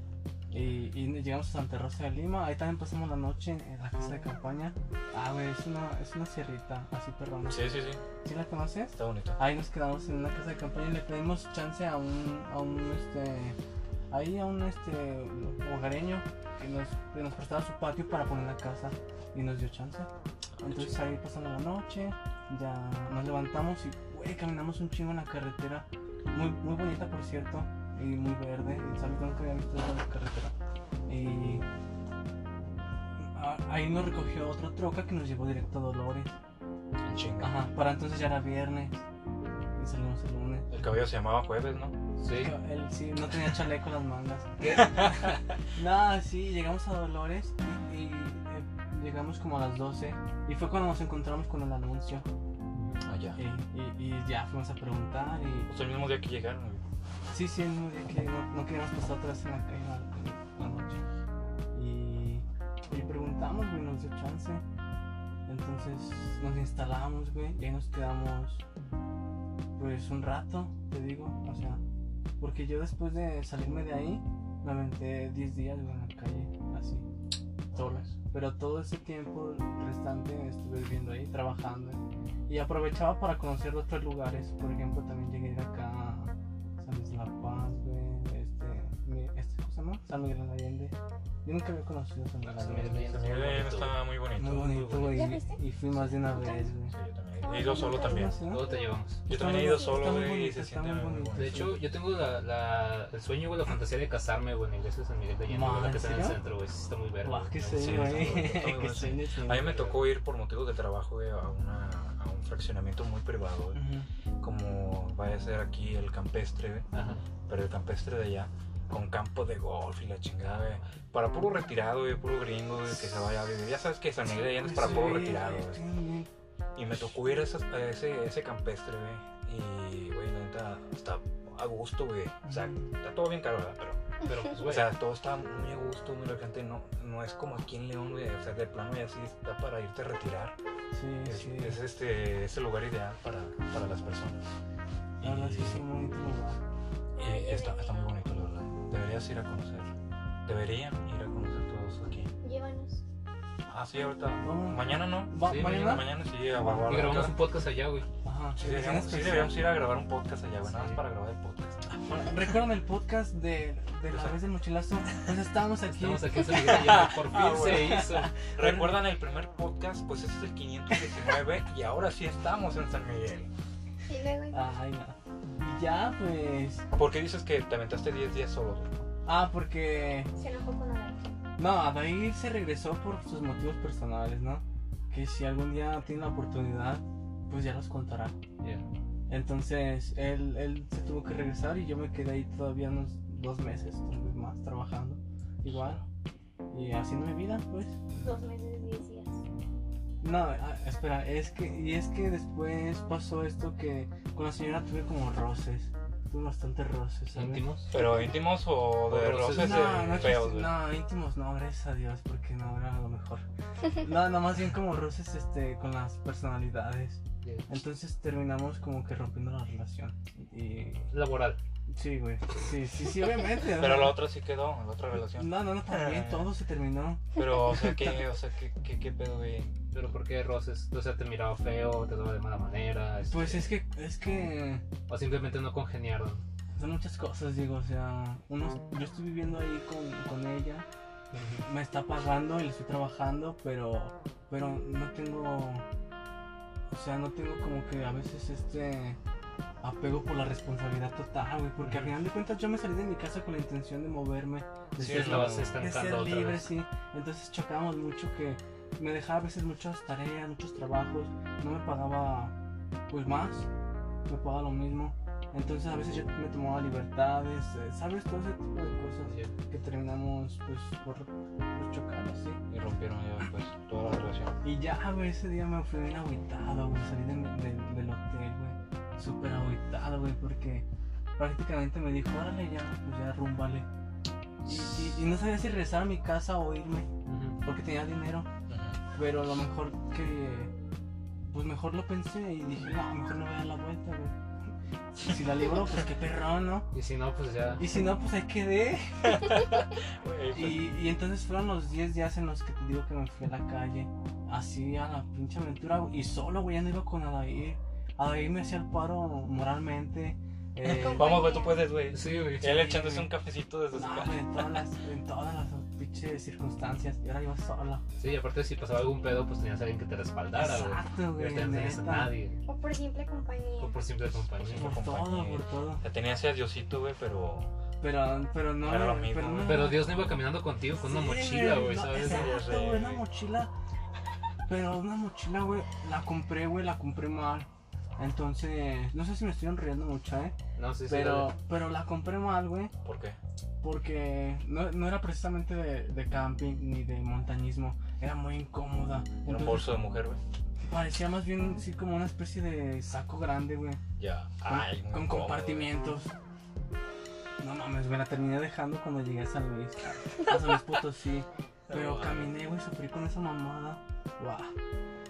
B: Y, y llegamos a Santa Rosa de Lima, ahí también pasamos la noche en la casa de campaña. Ah, güey, es una, es una sierrita, así perdón.
A: Sí, sí, sí.
B: ¿Sí la conoces?
A: Está bonito.
B: Ahí nos quedamos en una casa de campaña y le pedimos chance a un, a un este, ahí a un este hogareño que nos, que nos prestaba su patio para poner la casa y nos dio chance. Entonces ahí pasando la noche, ya nos levantamos y güey, caminamos un chingo en la carretera, muy, muy bonita por cierto, y muy verde, y sabes que nunca había visto esa carretera. Y a- ahí nos recogió otra troca que nos llevó directo a Dolores.
A: En chinga.
B: Ajá, para entonces ya era viernes y salimos el lunes.
A: El cabello se llamaba Jueves, ¿no?
C: Sí.
B: Él sí, no tenía chaleco en las mangas.
C: ¿Qué?
B: Nada, sí, llegamos a Dolores y, y, eh, llegamos como a las 12 y fue cuando nos encontramos con el anuncio
A: Ah, ya.
B: y, y- y ya fuimos a preguntar y...
A: Pues el mismo día que llegaron, güey.
B: Sí, sí, el mismo día que no, no queríamos pasar otra vez en la calle en la, en la noche. Y, y preguntamos, güey, nos dio chance. Entonces nos instalamos, güey, y ahí nos quedamos, pues, un rato, te digo, o sea, porque yo después de salirme de ahí, me aventé 10 días, güey, en la calle, así, solas. Pero todo ese tiempo restante estuve viviendo ahí, trabajando, y aprovechaba para conocer otros lugares, por ejemplo, también llegué a ir acá a San Luis de la Paz, güey, este, mi- este, ¿cómo se llama? San Miguel de Allende. Yo nunca había conocido San Miguel de
C: San Miguel de
B: Allende.
C: Allende.
A: El mío de él estaba muy bonito.
B: Muy bonito,
D: ¿Ya
B: güey.
D: fuiste?
B: Y, y fui más de una vez, güey.
A: Sí, yo también. He ido solo también.
B: Sí, ¿no?
C: Todo te llevamos.
A: Yo
B: Está
A: también he
B: muy
A: ido
D: bonito,
A: solo,
B: está muy
A: güey, y
B: bonito,
A: se
B: está
A: siente
B: muy
A: muy
B: bonito.
A: bonito.
C: De hecho, yo tengo la, la, el sueño o la fantasía de casarme, güey, en la iglesia de San Miguel de Allende,
B: Ma,
C: güey, la
B: ¿en
C: que está en el
B: serio?
C: centro, güey. Sí, está muy verde.
B: Guau,
C: güey.
B: qué
C: Me
B: sé,
C: gusta,
A: güey.
C: está muy
B: güey.
C: bueno.
A: bueno,
B: Qué
A: sí.
B: sueño, sí.
A: A mí me tocó ir por motivos de trabajo güey, a, una, a un fraccionamiento muy privado, güey.
B: Ujú.
A: como vaya a ser aquí el campestre, güey,
C: Ajá.
A: pero el campestre de allá, con campo de golf y la chingada, güey, para puro retirado, güey, puro gringo, güey, que se vaya a vivir. Ya sabes que San Miguel de Allende es para
B: Sí,
A: puro eh.
B: güey,
A: retirado, güey.
B: sí, güey.
A: Y me tocó ir a, esas- a ese, ese campestre, güey. Y, güey, la neta, está a gusto, güey. O sea,
B: Ujú.
A: está todo bien caro, ¿verdad? Pero
C: Pero pues,
A: O
C: güey.
A: sea, todo está muy a gusto, muy relajante. No, no es como aquí en León, güey. O sea, de plano y así está para irte a retirar.
B: Sí,
A: Es,
B: sí.
A: es este, es el lugar ideal para, para las personas.
B: La verdad sí
A: Y-
B: es un bonito lugar.
A: y eh, está, está muy bonito, la verdad. Deberías ir a conocer. Deberían ir a conocer todos aquí.
D: Llévanos.
A: Ah, sí, ahorita.
B: Vamos.
A: Mañana no.
B: Va-
C: Sí,
B: ¿Mañana?
A: Mañana sí, a Bárbara.
C: Y grabamos un podcast allá, güey.
B: Ajá.
A: Sí,
B: edición
A: deberíamos, sí,
B: especial.
A: deberíamos ir a grabar un podcast allá, güey. Nada más
C: Sí.
A: para grabar el podcast.
B: Bueno, ¿Recuerdan el podcast de, de la vez del mochilazo? Pues estábamos aquí.
C: Estamos aquí en Solidaridad, Por fin
A: Ah, bueno.
C: se hizo.
A: ¿Recuerdan el primer podcast? Pues este es el 519 y ahora sí estamos en San Miguel.
D: Y luego.
B: Ay, no. Y ya, pues.
A: ¿Por qué dices que te aventaste 10 días solo?
B: Ah, porque.
D: Se enojó con Adán.
B: No, Adair se regresó por sus motivos personales, ¿no? Que si algún día tiene la oportunidad, pues ya los contará.
C: Ya.
B: Entonces, él, él se tuvo que regresar y yo me quedé ahí todavía unos dos meses, tal vez más, trabajando. Igual. Y haciendo mi vida, pues.
D: Dos meses, diez días.
B: No, ah, espera, es que, y es que después pasó esto que con la señora tuve como roces. Tuve bastantes roces, ¿sabes?
C: Íntimos.
A: ¿Pero íntimos o de
C: Por roces.
A: roces
B: No,
A: eh,
B: no,
A: feos?
B: chiste-
A: güey?
B: no, íntimos no, gracias a Dios, porque no era lo mejor. No, no, más bien como roces este, con las personalidades.
C: Ya.
B: Entonces terminamos como que rompiendo la relación. Y.
C: Laboral.
B: Sí, güey. Sí, sí, sí, obviamente. o
A: Pero
B: sea,
A: la otra sí quedó, la otra relación. Ah.
B: No, no, no, también todo se terminó.
A: Pero, o sea, ¿qué, o sea, qué, qué, qué pedo, güey?
C: Pero ¿por qué roces? O sea, te miraba feo, te daba de mala manera. este,
B: Pues es que, es que.
C: O simplemente no congeniaron.
B: Son muchas cosas, digo, o sea, uno, yo estoy viviendo ahí con, con ella, me está pagando y le estoy trabajando, pero, pero no tengo, o sea, no tengo como que a veces este apego por la responsabilidad total, güey, porque al final de cuentas yo me salí de mi casa con la intención de moverme, de
A: Sí,
C: Te
A: es lo-
C: estabas
A: de
B: de
C: estancando
B: ser
C: otra
B: libre,
C: vez.
B: sí. Entonces chocábamos mucho que me dejaba a veces muchas tareas, muchos trabajos, no me pagaba pues más, me pagaba lo mismo. Entonces a veces yo me tomaba libertades, eh, ¿sabes? Todo ese tipo de cosas
C: Ya.
B: que terminamos pues por, por chocar así.
A: Y rompieron ya, pues, toda la relación.
B: Y ya, güey, ese día me fui bien agüitado, güey, salí de mi- de- del hotel, güey, súper agüitado, güey, porque prácticamente me dijo, órale ya, pues ya rúmbale. Y, y- y no sabía si regresar a mi casa o irme,
C: Ujú.
B: porque tenía dinero. Pero a lo mejor que. Pues mejor lo pensé y dije, no, mejor no voy a dar la vuelta, güey. Si la libro, pues qué perrón, ¿no?
C: Y si no, pues ya.
B: Y si no, pues ahí quedé.
A: Güey, pues,
B: Y, y entonces fueron los 10 días en los que te digo que me fui a la calle, así a la pinche aventura, güey, y solo, güey, ya no iba con Adair. Adair me hacía el paro moralmente. eh,
D: Con-
A: Vamos, güey, tú puedes, güey.
C: Sí, güey.
A: Él echándose un cafecito desde su
B: no,
A: casa.
B: güey, en todas las, en todas las pinches circunstancias, y ahora iba sola.
C: Sí, y aparte si pasaba algún pedo, pues tenías a alguien que te respaldara, güey.
B: Exacto,
C: Y
B: güey,
C: ahorita no tenías a
B: neta.
C: nadie.
D: O por simple compañía.
C: O por simple compañía.
A: Por
B: Por todo,
A: compañía.
B: por todo.
A: Te tenía ese adiosito, güey, pero...
B: Pero, pero no.
A: Era lo
B: me-
A: mismo,
B: pero,
A: güey.
B: no-
C: Pero Dios no iba caminando contigo con una
B: Sí,
C: mochila, güey,
B: no,
C: ¿sabes?
A: Ya sé,
B: Exacto, güey, una
A: güey.
B: mochila. Pero una mochila, güey, la compré, güey, la compré mal. Entonces, no sé si me estoy enredando mucho, ¿eh?
C: No, sí, sí.
B: Pero, pero la compré mal, güey,
A: ¿Por qué?
B: porque no, no era precisamente de, de camping ni de montañismo. Era muy incómoda.
A: Era un
B: Entonces,
A: bolso de mujer, güey.
B: Parecía más bien, sí, como una especie de saco grande, güey.
A: Ya.
B: Con,
A: Ay, muy
B: con
A: incómodo,
B: compartimientos. No mames, güey, la terminé dejando cuando llegué a San Luis. A San Luis Potosí. Pero
A: Ah.
B: caminé, güey, sufrí con esa mamada. Guau.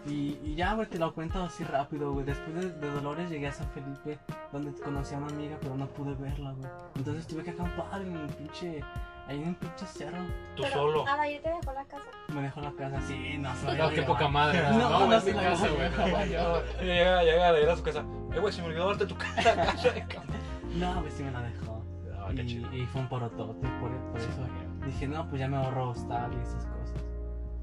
B: Y, y ya, güey, te lo cuento así rápido, güey. Después de, de Dolores llegué a San Felipe, donde conocí a una amiga, pero no pude verla, güey. Entonces tuve que acampar en un pinche. Ahí en un pinche cerro.
A: güey. Tú
D: Pero
A: solo.
D: Adair te dejó la casa.
B: Me dejó la casa así, no se la iba a
C: No, qué
B: llevar.
C: poca madre. No,
B: No,
C: no,
B: no
C: es mi
B: se la
C: casa,
B: voy
C: güey.
B: a
C: no, vaya, güey.
A: Llega, llega de ir a su casa. Eh, güey, se me olvidó darte tu cara.
B: No, güey, sí me la dejó.
A: Ah, qué chido.
B: y, y fue un parotote por, por eso.
A: ya.
B: Dije, no, pues ya me ahorro hostal y esas cosas.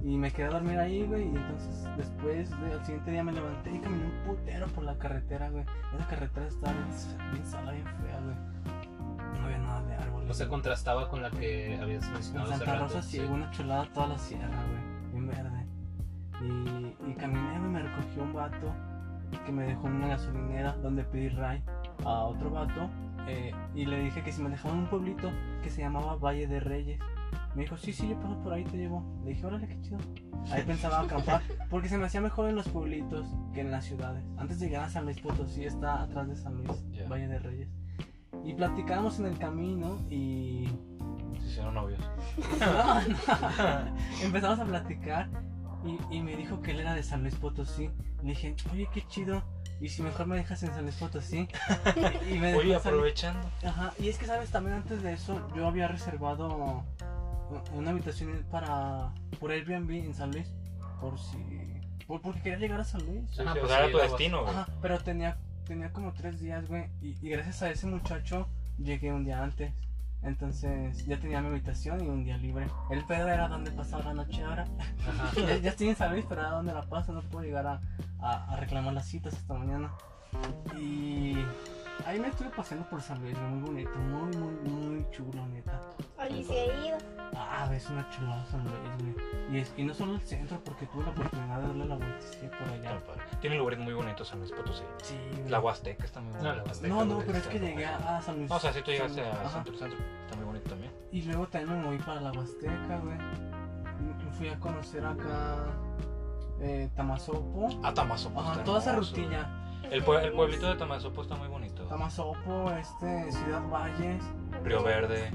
B: Y me quedé a dormir ahí, güey. Y entonces, después, de- al siguiente día me levanté y caminé un putero por la carretera, güey. Esa carretera estaba bien, bien sala, bien fea, güey. No había nada de árboles.
C: No se
B: güey.
C: contrastaba con la que habías
B: En
C: mencionado hace
B: Santa
C: rato.
B: Rosa sí, una chulada toda la sierra, güey. Bien verde. Y, y caminé, güey, me recogió un vato que me dejó en una gasolinera donde pedí ray a otro vato. eh, y le dije que si me dejaban en un pueblito que se llamaba Valle de Reyes. Me dijo, sí, sí, yo paso por ahí, te llevo. Le dije, órale, qué chido. Ahí pensaba acampar, porque se me hacía mejor en los pueblitos que en las ciudades. Antes de llegar a San Luis Potosí, está atrás de San Luis,
A: Ya.
B: Valle de Reyes. Y platicábamos en el camino y
A: Se hicieron novios.
B: no, no. Empezamos a platicar y, y me dijo que él era de San Luis Potosí. Le dije, oye, qué chido. Y si mejor me dejas en San Luis Potosí. Y, y me dejó en
A: Oye,
B: San Luis-
A: aprovechando.
B: Ajá. Y es que, ¿sabes? También antes de eso yo había reservado u- una habitación para por Airbnb en San Luis. Por si... por- porque quería llegar a San Luis.
A: Sí,
C: Ajá,
A: sí, o
C: pues
A: sea,
C: sí,
A: era tu
C: la
A: destino, güey.
B: Ajá. Pero tenía, tenía como tres días, güey. Y, y gracias a ese muchacho llegué un día antes. Entonces ya tenía mi habitación y un día libre. El pedo era donde pasaba la noche ahora.
C: Ajá.
B: ya, ya estoy en San Luis, pero a dónde la paso, no puedo llegar a, a- a reclamar las citas hasta mañana. Y ahí me estuve paseando por San Luis, güey, muy bonito, muy, muy, muy chulo, neta.
D: Oli se ha ido.
B: Ah, es una chulada San Luis, güey. Y, es- y no solo el centro, porque tuve la oportunidad de darle la vueltecilla por allá.
A: Está padre. Tiene lugares muy bonitos San Luis Potosí.
B: Sí,
A: La
B: güey.
A: Huasteca está muy bonita.
C: la Huasteca,
B: No, no,
A: güey,
B: pero es
A: está
B: que
A: muy
B: llegué
A: padre.
B: a San Luis.
A: No, o sea, si tú llegaste
B: San-
A: a
B: ajá.
A: Centro Centro, está muy bonito también.
B: Y luego también me moví para la Huasteca, güey. Y Fui a conocer acá eh, Tamazopo.
A: Ah, Tamazopo.
B: Ajá,
A: está
B: toda esa
A: hermoso,
B: rutilla.
A: El, pue- el pueblito de Tamazopo está muy bonito.
B: Tamazopo, este, Ciudad Valles,
A: Río Verde,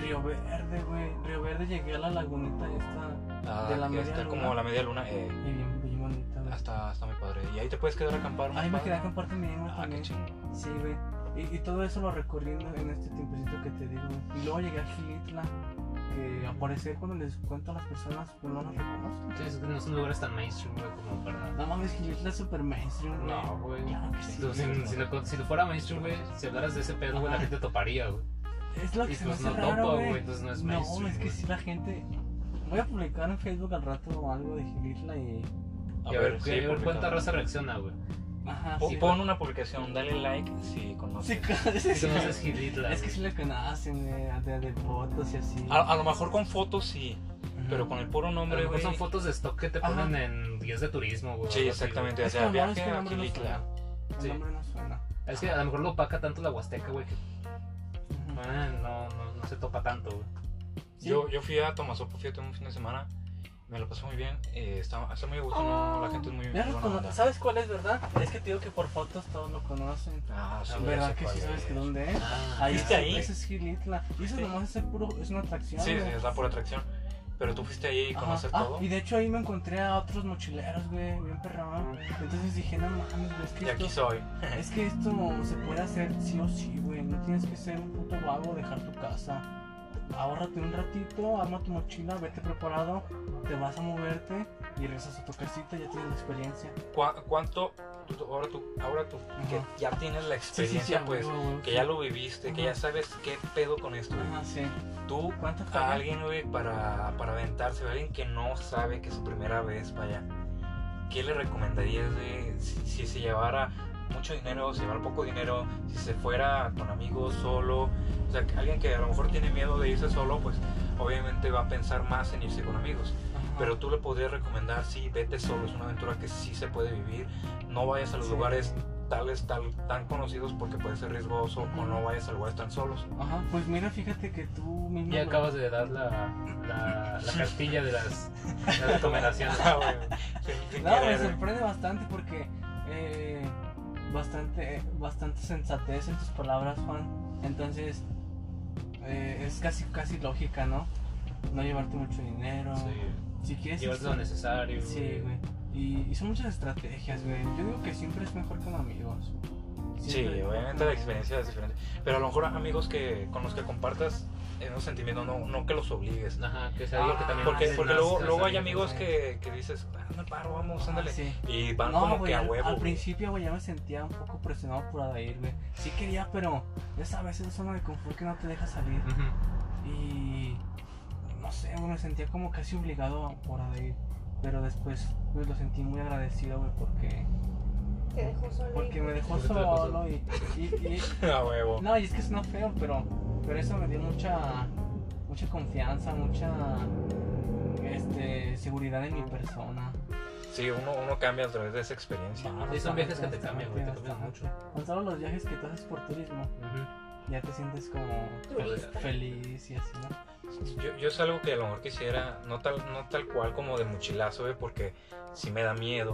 B: Río Verde, güey. Río Verde llegué a la lagunita esta
A: ah,
B: De la
A: que
B: media
A: está
B: luna.
A: como la media luna. Eh,
B: y bien, bien bonita, güey.
A: está, está muy padre. Y ahí te puedes quedar a acampar. más
B: Ahí me
A: Ah, padre.
B: quedé a acampar también, güey,
A: Ah, qué
B: también.
A: chingón.
B: Sí, güey. Y, y todo eso lo recorrí en, en este tiempecito que te digo. güey. Y luego llegué a Gilitla, que aparece cuando les cuento a las personas, pues no las reconozco.
C: Entonces, no son lugares tan mainstream, güey, como para.
B: No mames, Gilitla es super mainstream, güey.
C: No, güey.
B: Claro que sí.
C: Tú, si, si lo, si lo fuera mainstream, güey, si hablaras de ese pedo, güey, la gente toparía, güey.
B: Es lo que
C: Y
B: se me
C: pues
B: hace
C: no
B: raro,
C: topa, güey,
B: güey.
C: entonces no es
B: No,
C: mainstream.
B: es que
C: güey.
B: si la gente. Voy a publicar en Facebook al rato algo de Gilitla y.
A: A
C: Y a ver,
A: ver,
C: qué-
A: sí,
C: a ver
A: porque-
C: cuánta raza reacciona, güey.
B: Ajá.
A: Pon-
B: sí.
A: Pon una publicación, dale like si conoces.
B: Sí, claro, sí,
C: Si
B: sí.
C: conoces Gilitla.
B: Es que sí la conocen, güey, de, de fotos y así.
C: Ah,
A: A, a lo mejor con fotos sí,
B: Ajá.
A: pero con el puro
C: A lo
A: nombre,
C: mejor
A: güey.
C: son fotos de stock que te
B: Ajá.
C: ponen en guías de turismo, güey.
A: Sí,
C: algo así,
A: exactamente. O
B: Es que
A: sea,
B: lo malo es
A: viaje
B: que el
A: a
B: nombre no
A: Gilitla.
B: suena.
C: Sí.
B: El nombre no suena.
C: güey. Es que a lo mejor lo opaca tanto la Huasteca, güey, que
B: Ajá.
C: ah, no, no, no se topa tanto, güey.
B: Sí.
A: Yo, yo fui a Tomasopo, fíjate, un fin de semana. Me lo pasé muy bien. eh, está, está muy a gusto, ¿no? La gente es muy
B: Ya
A: buena
B: lo cono-
A: onda.
B: ¿Sabes cuál es, verdad? Es que te digo que por fotos todos lo conocen.
A: Ah, sí, ya
B: ¿Verdad
A: sé
B: que
A: cuál
B: sí sabes
A: es.
B: que dónde es?
C: Ah,
B: Ahí
A: ¿Fuiste
B: está,
A: ahí?
B: Ese es Gilitla. Y eso
A: Sí.
B: nomás es, el puro, es una atracción.
A: Sí,
B: güey.
A: es la pura atracción. Pero tú fuiste ahí y
B: Ajá.
A: conoces
B: Ah,
A: todo.
B: y
A: Y,
B: de hecho ahí me encontré a otros mochileros, güey, bien perrón. Entonces dije, no mames, güey, es que,
A: aquí
B: esto,
A: soy.
B: es que esto se puede hacer sí o sí, güey. No tienes que ser un puto vago, dejar tu casa. Ahórrate un ratito, arma tu mochila, vete preparado, te vas a moverte y regresas a tu casita, ya tienes la experiencia.
A: ¿Cu- ¿Cuánto? tú- Ahora tú, ahora tú que
B: Ajá.
A: ya tienes la experiencia,
B: a
A: pues,
B: huevo, güey.
A: que ya lo viviste, que
B: Ajá.
A: ya sabes qué pedo con esto. güey.
B: Ajá, sí.
A: Tú
B: ¿Cuánto fue?
A: a alguien, güey, para, para aventarse, a alguien que no sabe que es su primera vez, vaya, ¿qué le recomendarías de si, si se llevara mucho dinero, si llevara poco dinero, si se fuera con amigos solo? O sea, que alguien que a lo mejor tiene miedo de irse solo, pues obviamente va a pensar más en irse con amigos.
B: Ajá.
A: Pero tú le podrías recomendar, sí, vete solo, es una aventura que sí se puede vivir, no vayas a los
B: Sí.
A: lugares tales tal, tan conocidos porque puede ser riesgoso o no vayas a lugares tan solos.
B: Ajá, pues mira, fíjate que tú mismo.
C: ya
B: lo-
C: acabas de dar la, la, la cartilla de las, las recomendaciones.
A: Ah, güey, sin- sin
B: No, me
A: querer, güey.
B: sorprende bastante porque eh, bastante, eh, bastante sensatez en tus palabras, Juan. Entonces, eh, es casi, casi lógica, ¿no? No llevarte mucho dinero. Si quieres.
C: Llevas lo necesario.
B: Sí, güey. Y, y son muchas estrategias, güey. Yo digo que siempre es mejor con amigos.
A: Sí,
B: Siempre es mejor con
A: obviamente la
B: amigos.
A: experiencia es diferente. Pero a lo mejor amigos que con los que compartas esos sentimientos, no, no que los obligues.
C: Ajá, que sea algo que también.
A: Ah, Porque,
C: haces
A: porque
C: más
A: luego,
C: los
A: luego hay
C: amigos,
A: amigos que, que dices, ah, no paro, vamos,
B: Ah,
A: ándale.
B: sí.
A: Y van
B: no,
A: como
B: güey,
A: que a
B: al-
A: huevo.
B: Al,
A: güey.
B: principio, güey, ya me sentía un poco presionado por Adair, güey. Sí quería, pero ya sabes, esa zona de confort que no te deja salir.
C: güey. Ujú.
B: Y no sé, güey, me sentía como casi obligado a- por Adair. Pero después pues, lo sentí muy agradecido, güey, porque,
D: Te dejó solo.
B: porque me dejó
C: Porque te dejó
B: solo y, y-
A: a huevo.
B: y- No, y es que suena feo, pero, pero eso me dio mucha, mucha confianza, mucha este, seguridad en mi persona.
A: Sí, uno, uno cambia a través de esa
B: Ah,
A: experiencia.
C: Sí, son viajes que te cambian, güey, te cambian
B: Bastante. Tan solo los viajes que tú haces por turismo.
C: Ujú.
B: ya te sientes como
D: Turista.
B: feliz y así, ¿no?
A: Yo, yo es algo que a lo mejor quisiera, no tal, no tal cual como de mochilazo, ¿eh? porque si me da miedo,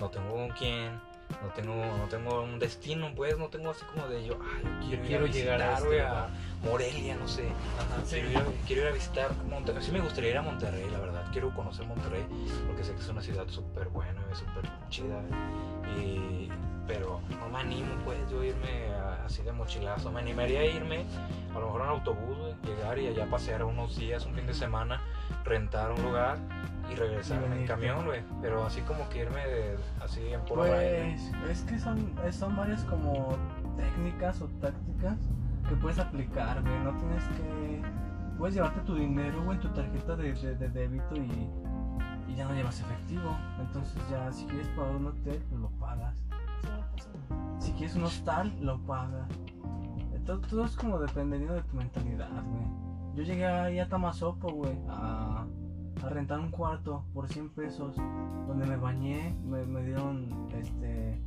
A: no tengo con quién, no tengo, no tengo un destino, pues, no tengo así como de yo, ah, yo quiero,
C: quiero
A: llegar
C: llegar a
A: a, visitar,
C: este
A: güey,
C: lugar".
A: a Morelia, no sé.
C: Ajá, sí.
A: Quiero, ir a, quiero ir a visitar Monterrey. Sí me gustaría ir a Monterrey, la verdad. Quiero conocer Monterrey porque sé que es una ciudad súper buena, es súper chida. Y, pero no me animo, pues, yo irme a- así de mochilazo. Me animaría a irme, a lo mejor en autobús, güey, llegar y allá pasear unos días, un fin de semana, rentar un lugar y regresar
B: Y
A: en
B: venirte.
A: camión, güey. Pero así como que irme de- así en puro ride,
B: Pues es que son, es- son varias como técnicas o tácticas que puedes aplicar, güey. No tienes que. Puedes llevarte tu dinero, güey, tu tarjeta de, de- de débito y, y ya no llevas efectivo. Entonces, ya si quieres pagar un hotel, pues lo pagas. Si quieres un hostal, lo pagas. Entonces, todo es como dependiendo de tu mentalidad, güey. Yo llegué ahí a Tamasopo, güey, a, a rentar un cuarto por 100 pesos, donde me bañé, me, me dieron, este,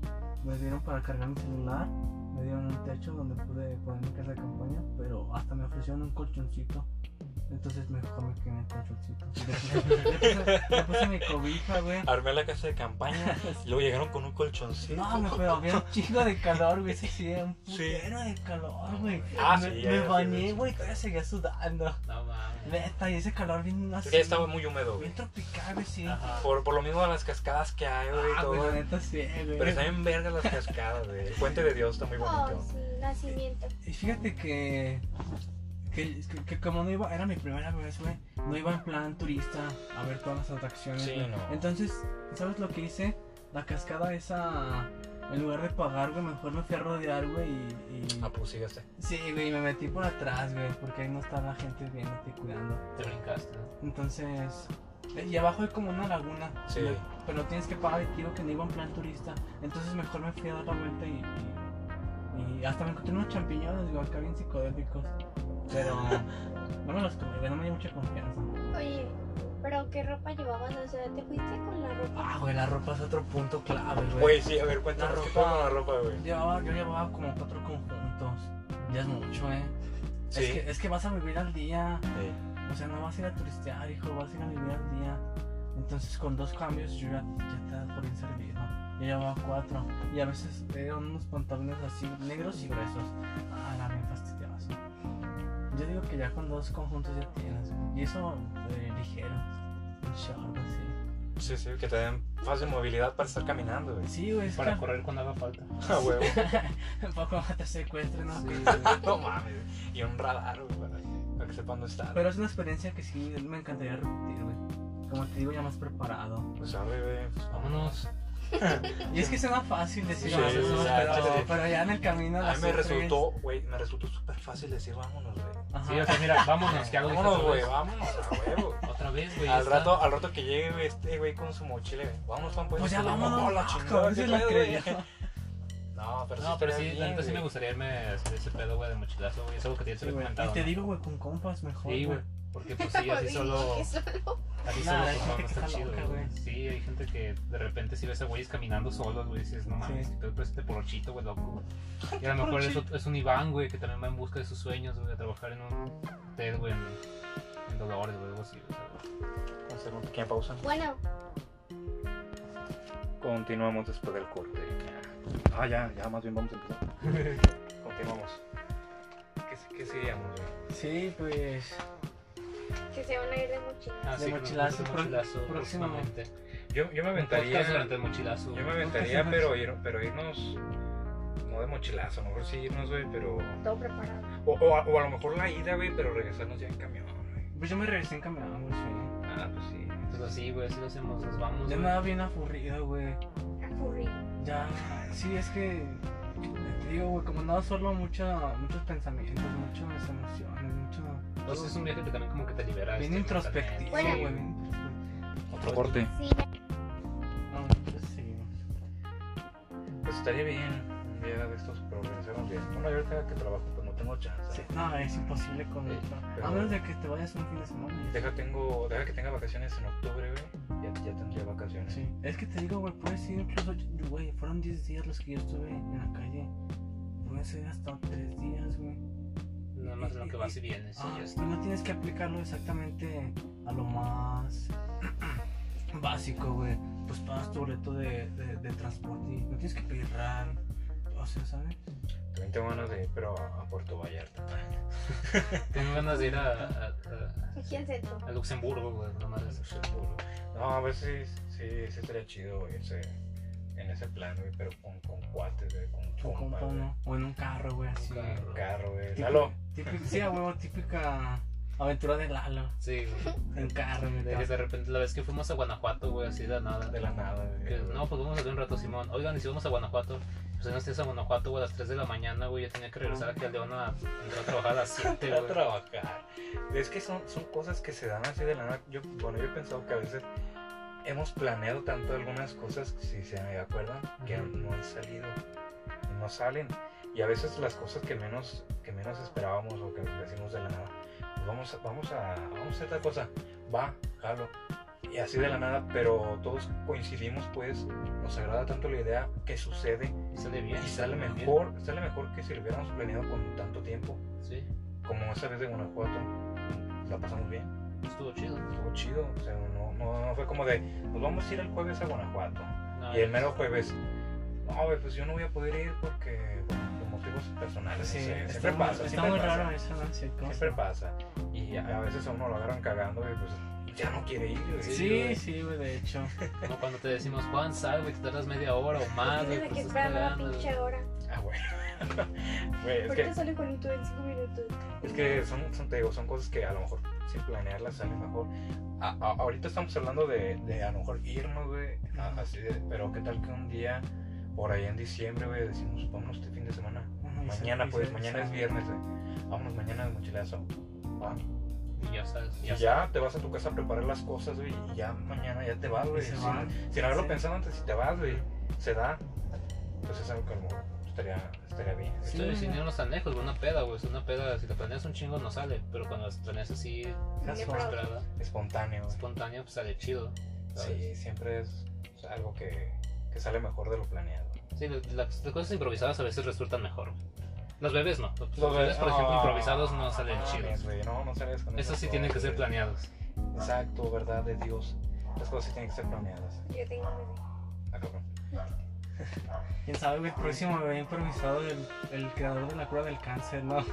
B: me dieron para cargar mi celular, me dieron un techo donde pude poner mi casa de campaña, pero hasta me ofrecieron un colchoncito. Entonces mejor me quedé en el colchoncito. Le puse, le puse- le puse mi cobija, güey.
A: Armé la casa de campaña y luego llegaron con un colchoncito.
B: No, me pero había un chingo de calor, güey. Sí, sí, un putero de calor, güey.
A: Ah,
B: me,
A: sí,
B: me
A: ya, ya, sí,
B: bañé,
A: sí.
B: güey, todavía seguía sudando.
C: No mames.
B: Neta, y ese calor bien así.
A: Es que estaba muy húmedo, güey.
B: bien tropical, güey, sí.
C: Ajá.
A: Por, por lo mismo de las cascadas que hay, güey, y
B: Ah,
A: todo.
B: güey, la neta sí, güey.
A: Pero están bien vergas las cascadas, güey. El puente de Dios está muy
D: Oh,
A: bonito.
D: sí, nacimiento.
B: Y fíjate que, que, que- que como no iba, era mi primera vez, güey, no iba en plan turista a ver todas las atracciones.
A: Sí,
B: güey.
A: no.
B: Entonces, ¿sabes lo que hice? La cascada esa, en lugar de pagar, güey, mejor me fui a rodear, güey, y... y-
A: Ah, pues síguese.
B: Sí, güey, me metí por atrás, güey, porque ahí no está la gente viéndote y cuidando.
C: Te brincaste. ¿no?
B: Entonces, eh, y abajo hay como una laguna.
A: Sí.
B: Pero, pero tienes que pagar y digo que no iba en plan turista. Entonces mejor me fui a dar la vuelta y, y, y hasta me encontré unos champiñones, digo, acá bien psicodélicos. Pero no me los comí, güey, no me dio mucha confianza.
D: Oye, pero ¿qué ropa llevabas? O sea, ¿te fuiste con la ropa?
B: Ah, güey, la ropa es otro punto clave, güey.
A: Güey, sí, a ver, cuéntanos
B: La ropa.
A: qué fue con la ropa, güey.
B: Llevaba- yo llevaba como cuatro conjuntos. Ya es mucho, eh.
A: Sí.
B: Es, que, es que vas a vivir al día.
A: Sí.
B: O sea, no vas a ir a turistear, hijo, vas a ir a vivir al día. Entonces, con dos cambios, yo ya, ya te das por bien servido. Yo llevaba cuatro. Y a veces eran unos pantalones así, negros y gruesos. Ah, la bien fastidiosa. Yo digo que ya con dos conjuntos ya tienes. güey. Y eso eh, ligero. Un short así.
A: Sí, sí, que te den fácil movilidad para estar caminando, güey.
B: Sí, güey, es
C: Para
B: que-
C: correr cuando haga falta.
A: Ah, huevo.
B: Tampoco te secuestren, ¿no?
C: Sí.
A: No mames. güey. Y un radar, güey, para, para que sepan dónde está.
B: Pero es una experiencia que sí me encantaría repetir, güey. Como te digo, ya más preparado.
A: Pues arre, güey. Pues vámonos.
B: Y es que suena fácil decir
A: Sí,
B: "Vamos",
A: o sea,
B: pero,
A: sí.
B: pero ya en el camino.
A: A
B: las
A: mí me
B: sufres.
A: resultó, güey, me resultó súper fácil decir vámonos, güey.
B: Ajá.
C: Sí, o sea, mira, vámonos, que hago esto
A: Vámonos,
C: otra
A: güey,
C: vez.
A: vámonos, a huevo.
C: Otra vez, güey.
A: Al
C: ya está.
A: rato, al rato que llegue, güey, este güey con su mochila, güey. Vámonos, Juan,
B: pues ya
A: Vámonos,
B: vámonos.
A: la
B: ah,
A: chingada,
B: como dices,
A: qué
B: la
A: pedo, güey.
B: creía.
A: No, pero sí,
C: No, pero
A: estaría
C: sí, la
A: bien,
C: neta sí me
A: güey.
C: gustaría irme a hacer ese pedo, güey, de mochilazo, güey. Es algo que tienes
B: Sí,
C: que
B: güey.
C: comentado.
B: Y te
C: ¿no?
B: digo, güey, con compas mejor.
C: Sí, güey.
B: güey.
C: Porque pues
A: Ah,
C: sí, así
D: Ay,
C: solo.
D: que solo.
C: Así
B: Nah,
C: solo
B: hay
C: pues,
B: gente
C: no, no
B: que
C: está
B: está
C: chido,
B: loca,
C: güey.
B: güey.
C: Sí, hay gente que de repente si ves a güeyes caminando solos, güey, dices, no mames,
B: Sí.
C: qué pedo, pero este porochito, güey, loco, güey. Y a lo mejor es, ot- es un Iván, güey, que también va en busca de sus sueños, güey, a trabajar en un hotel, güey, en, en Dolores, güey, algo así, güey. ¿sabes?
A: Vamos a hacer una pequeña pausa.
D: Bueno,
A: Continuamos después del corte. Ah, ya, ya, más bien vamos a empezar. Continuamos. ¿Qué, qué seguíamos, güey?
B: Sí, pues.
D: que se van a ir de mochila.
C: Ah,
B: De
C: que nos
B: mochilazo,
C: gusta el
B: pro-
C: mochilazo
B: próximamente.
C: próximamente.
A: Yo, yo me
C: Un podcast
A: aventaría.
C: durante el mochilazo.
A: Yo
C: güey.
A: me aventaría, pero, ir- pero irnos. No de mochilazo, a lo mejor sí irnos, güey, pero.
D: Todo preparado.
A: O, o a, o a lo mejor la ida, güey, pero regresarnos ya en camión, güey.
B: Pues yo me regresé en camión, güey. sí.
A: Ah, pues sí.
C: Pues así, güey, así lo hacemos, nos vamos.
B: Ya
C: güey.
B: me daba bien aburrido, güey.
D: Aburrido.
B: Ya. Sí, es que. te Digo, güey, como andaba solo, mucha, muchos pensamientos, muchas emociones, mucho.
C: Entonces Pues es un viaje que también como que te libera.
B: Bien
C: este,
B: introspectivo, güey.
C: mentalmente.
D: Bueno.
B: bien introspectivo.
A: Otro corte.
D: Sí,
B: No, pues sí.
A: Pues estaría bien un día de estos, pero regresarnos bien. Bueno, yo ahorita que trabajo, pues no tengo chance.
B: Sí, No, es imposible con
A: Sí, pero-
B: A menos de que te vayas un fin de semana.
A: Deja, tengo, deja que tenga vacaciones en octubre, güey. Ya, ya tendría vacaciones.
B: Sí. Es que te digo, güey, puedes ir incluso, güey, fueron 10 días los que yo estuve en la calle. puede ser hasta tres días, güey.
C: Nada más en lo que vas y vienes
B: Ah,
C: y ya
B: y
C: está.
B: no tienes que aplicarlo exactamente a lo más básico, güey. Pues pagas tu boleto de, de, de transporte y no tienes que pedir RAN. O sea, ¿sabes?
A: También tengo ganas de ir, pero a a Puerto Vallarta.
C: Tengo ganas de ir a, a- a-
D: Fíjense tú.
C: a Luxemburgo, güey. una madre así.
A: Ah, No, a ver si sí, sí, sí estaría chido irse en ese plan, güey, pero con, con cuates, güey, con
B: Tu compa,
A: compas, güey.
B: ¿no? O en un carro, güey, así.
C: Claro.
A: Un carro, güey.
B: Típica-
A: Lalo,
B: típica- sí, a huevo, típica aventura de Lalo.
C: Sí, güey.
B: En carro, güey.
C: De, de repente, la vez que fuimos a Guanajuato, güey, así de la nada.
A: de la nada, güey.
C: Que, no, pues vamos a ver un rato, Simón. Oigan, y si vamos a Guanajuato. Pues en este a Guanajuato, güey, a las 3 de la mañana, güey. Yo tenía que regresar
A: Ah.
C: aquí al León a entrar a trabajar a las 7,
A: Te va a
C: güey.
A: trabajar. Es que son, son cosas que se dan así de la nada. Yo, bueno, yo he pensado que a veces hemos planeado tanto algunas cosas, si se me acuerdan, que
C: Ujú.
A: no han salido, y no salen. Y a veces las cosas que menos, que menos esperábamos o que decimos de la nada, pues vamos, a- vamos, a, vamos a hacer tal cosa, va, jalo. Y así de la nada, pero todos coincidimos, pues nos agrada tanto la idea que sucede
C: Y sale bien.
A: y sale
C: bien.
A: mejor, sale mejor que si lo hubiéramos planeado con tanto tiempo
C: Sí,
A: como esa vez de Guanajuato, la pasamos bien,
C: estuvo chido.
A: estuvo chido, o sea, no, no, no fue como de, nos vamos a ir el jueves a Guanajuato,
C: No,
A: y el mero jueves, no, güey, pues yo no voy a poder ir porque, bueno, por motivos personales,
B: Sí,
A: no sé,
B: está,
A: siempre
B: muy-
A: pasa,
B: está
A: siempre
B: muy
A: pasa,
B: raro eso, ¿no? Sí, ¿cómo
A: siempre
B: se-
A: pasa, y a a veces a uno lo agarran cagando, y pues, ya no quiere ir, güey.
B: Sí, sí, güey, de hecho.
C: Como cuando te decimos, Juan, sal, güey, te tardas media hora o más, güey.
D: Tienes
C: pues
D: que
C: estás
D: esperar la
C: cagando,
D: pinche hora.
A: Ah, güey, güey, es
D: Ahorita
A: que,
D: sale Juanito en 5 minutos.
A: es que son, son, te digo, son cosas que a lo mejor sin planearlas sale mejor. A- a- ahorita estamos hablando de, de a lo mejor irnos, güey, a- así de, pero qué tal que un día, por ahí en diciembre, güey, decimos, vámonos este fin de semana.
B: Ajá, y se-
A: Mañana,
B: y
A: pues,
B: se-
A: mañana
B: se-
A: es viernes, güey. Vámonos mañana de mochilazo. Va.
C: Y ya sabes.
A: Y
C: Ya,
A: ya, te vas a tu casa a preparar las cosas, güey, y ya mañana ya te vas,
B: y
A: güey.
B: se
A: Sin,
B: van.
A: sin haberlo
B: Sí.
A: pensado antes, si te vas, güey, se da. Entonces es algo que a lo mejor estaría, estaría bien.
C: Sí,
B: Sí,
C: sin
B: no.
C: irnos tan lejos, güey, una peda, güey. Es una peda, si la planeas un chingo no sale, pero cuando la planeas así,
B: Casual.
C: esperada,
A: Espontáneo, güey.
C: espontánea, pues sale chido.
A: Sí,
C: ¿sabes?
A: siempre es o sea, algo que, que sale mejor de lo planeado.
C: Sí, la- las, las cosas improvisadas a veces resultan mejor. güey. Los bebés no. Los,
A: Los
C: bebés, por ejemplo,
A: ah,
C: improvisados no salen
A: mames,
C: chidos.
A: güey, No, no sales con
C: Eso
A: esas
C: sí tiene que
A: cosas,
C: ser
A: güey.
C: planeados.
A: Exacto, verdad de Dios. Las cosas sí tienen que ser planeadas.
D: Yo tengo un
A: Ah, cabrón.
B: Quién sabe, güey, próximo bebé improvisado del el creador de la cura del cáncer, ¿no?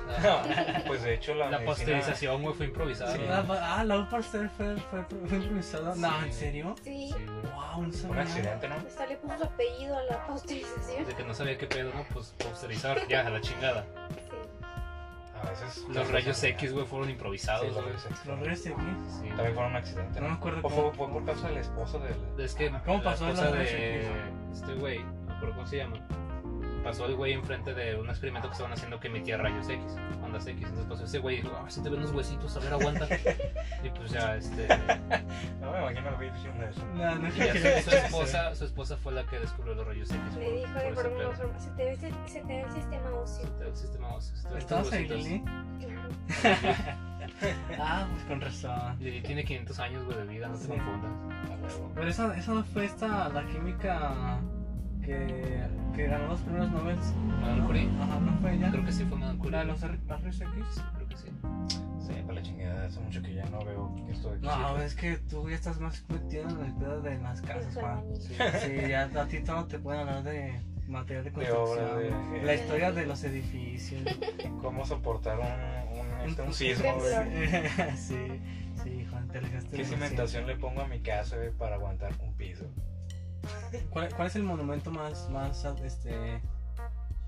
A: pues de hecho la,
C: La
A: medicina-
C: posterización, güey, fue improvisada.
A: Sí.
C: güey.
B: Ah, la U Pasteur fue, fue, fue improvisado. No,
C: Sí.
B: ¿en serio?
D: Sí,
C: Sí, güey.
B: Wow, no sabía.
A: Un accidente, ¿no?
D: hasta le puso su apellido a la pasteurización.
C: De que no sabía qué pedo, ¿no? Pues posterizar, ya, a la chingada.
D: Sí.
A: A veces. pues,
C: Los rayos X, güey, fueron
A: Sí,
C: improvisados,
A: los
C: güey.
A: rayos X.
B: Los reyes de
C: Sí,
A: También fueron un accidente.
B: No me acuerdo
A: O
B: cómo-
A: fue, fue por causa del esposo del.
C: Es que
B: ¿Cómo
C: la
B: pasó
C: esposa
B: la noche,
C: de este güey, no me acuerdo cómo se llama. Pasó el güey enfrente de un experimento que estaban haciendo que emitía rayos X, ondas X. Entonces pasó ese güey y dijo, ah, si te ven los huesitos, a ver, aguanta. y pues ya, este.
A: No me imagino el güey diciendo eso.
B: No, no
C: y
B: creo
C: ya
B: que
C: su, su
B: sea.
C: esposa, su esposa fue la que descubrió los rayos X.
D: Le dijo de
C: ese
D: forma
C: pedo.
D: forma. Se te ve el, se te ve el sistema óseo.
C: Este, El sistema óseo, este, estos
B: ¿Estamos en
C: huesitos.
B: Lili?
D: Claro.
B: Ah, pues con razón.
C: Lili tiene 500 años, güey, de vida, no te
B: Sí.
C: confundas.
A: A huevo.
B: Pero esa, esa no fue esta, la química que, que ganó los primeros Nobel.
C: Madame Curie,
B: Ajá, no fue ella.
C: creo que sí fue Madame Curie.
B: Ah. ¿La de los R- los rayos X?
C: Creo que sí.
A: Sí, para la chingada. Hace mucho que ya no veo esto de aquí.
B: No, es que tú ya estás más metido en el pedo de las casas,
D: Su
B: Juan.
D: hermanito.
C: Sí.
B: Sí, ya a ti todo te pueden hablar de material de
A: De obra,
B: construcción.
A: de- eh,
B: La historia de los edificios.
A: ¿Cómo soportar un, un, este, un sismo?
D: temblor.
A: güey?
B: sí, sí, Juan, te alejaste
A: ¿Qué
B: demasiado.
A: cimentación le pongo a mi casa güey, para aguantar un piso?
B: ¿Cuál, cuál es el monumento más, más, este,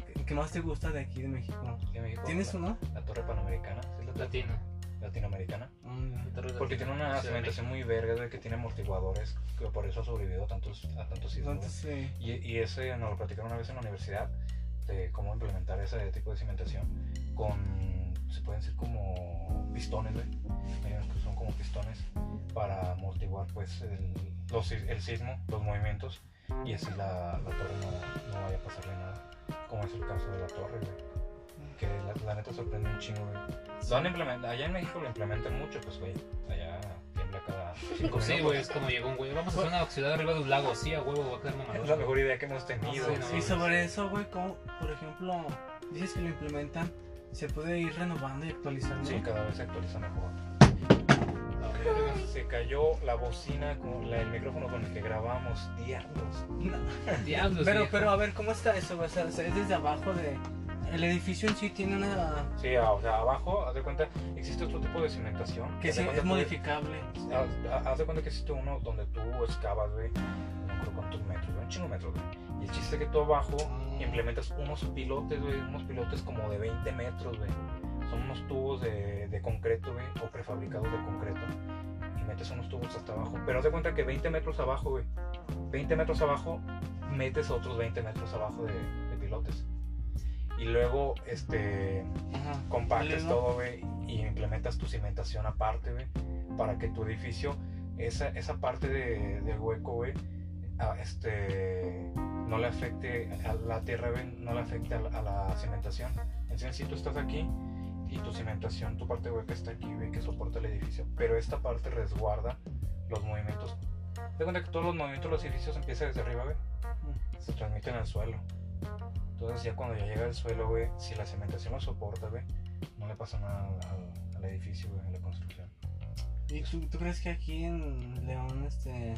B: que- que más te gusta de aquí de México?
A: De México,
B: ¿Tienes
A: la-
B: uno?
A: La Torre Panamericana, ¿sí es la torre
C: Latina.
A: latinoamericana.
B: Mm,
C: la torre
A: Porque tiene
C: latina,
A: una
C: Ciudad de México.
A: cimentación muy verga, güey, que tiene amortiguadores, que por eso ha sobrevivido a tantos, a tantos sismos.
B: Entonces, sí.
A: Y, y ese nos lo platicaron una vez en la universidad, de cómo implementar ese tipo de cimentación con, se pueden decir como pistones, güey. Hay unos que son como pistones para amortiguar pues el, los si- el sismo, los movimientos, y así la, la torre no, no vaya a pasarle nada, como es el caso de la torre, güey. Que la, la neta sorprende un chingo, güey. Lo han implementado, allá en México lo implementan mucho, pues, güey. Allá tiembla cada cinco
C: Pues sí,
A: minutos.
C: güey, es como llegó un güey. Vamos a hacer una ciudad arriba de un lago, sí, a huevo, va a quedar
A: Es la
C: mamalón.
B: Ah,
A: mejor idea que hemos tenido.
C: Ah, Sí, no,
B: Y
C: sí.
B: sobre eso, güey, como, por ejemplo, dices que lo implementan, se puede ir renovando y actualizando.
A: Sí, cada vez se actualiza mejor. La verga, Se cayó la bocina con la- el micrófono con el que grabamos diablos.
B: No.
C: Diablos,
B: Pero,
C: viejo.
B: pero a ver, ¿cómo está eso? O sea, es desde abajo de... El edificio en sí tiene una...
A: Sí, ah, o sea, abajo, haz de cuenta, existe otro tipo de cimentación.
B: que
A: Haz
B: sí,
A: de cuenta
B: es
A: tú-
B: modificable.
A: haz- haz- Haz de cuenta que existe uno donde tú excavas, güey, no creo cuántos metros, güey, un chingo de metros, güey. Y el chiste es que tú abajo implementas unos pilotes, güey, unos pilotes como de 20 metros, güey. Son unos tubos de, de concreto, güey, o prefabricados de concreto. Y metes unos tubos hasta abajo. Pero haz de cuenta que 20 metros abajo, güey. 20 metros abajo, metes otros 20 metros abajo de, de pilotes. Y luego, este,
B: Ajá.
A: compartes
B: Luego-
A: todo, güey, y implementas tu cimentación aparte, güey, para que tu edificio, esa, esa parte de, del hueco, güey, a- este, no le afecte a la tierra, güey, no le afecte a la, a la cimentación. En sí, si tú estás aquí y tu cimentación, tu parte hueca está aquí, güey, que soporta el edificio, pero esta parte resguarda los movimientos. Te cuenta que todos los movimientos de los edificios empiezan desde arriba, güey se transmiten al suelo. Entonces ya cuando ya llega al suelo, güey, si la cementación lo soporta, güey, no le pasa nada al, al- al edificio, güey, a la construcción.
B: ¿Y tú, tú crees que aquí en León este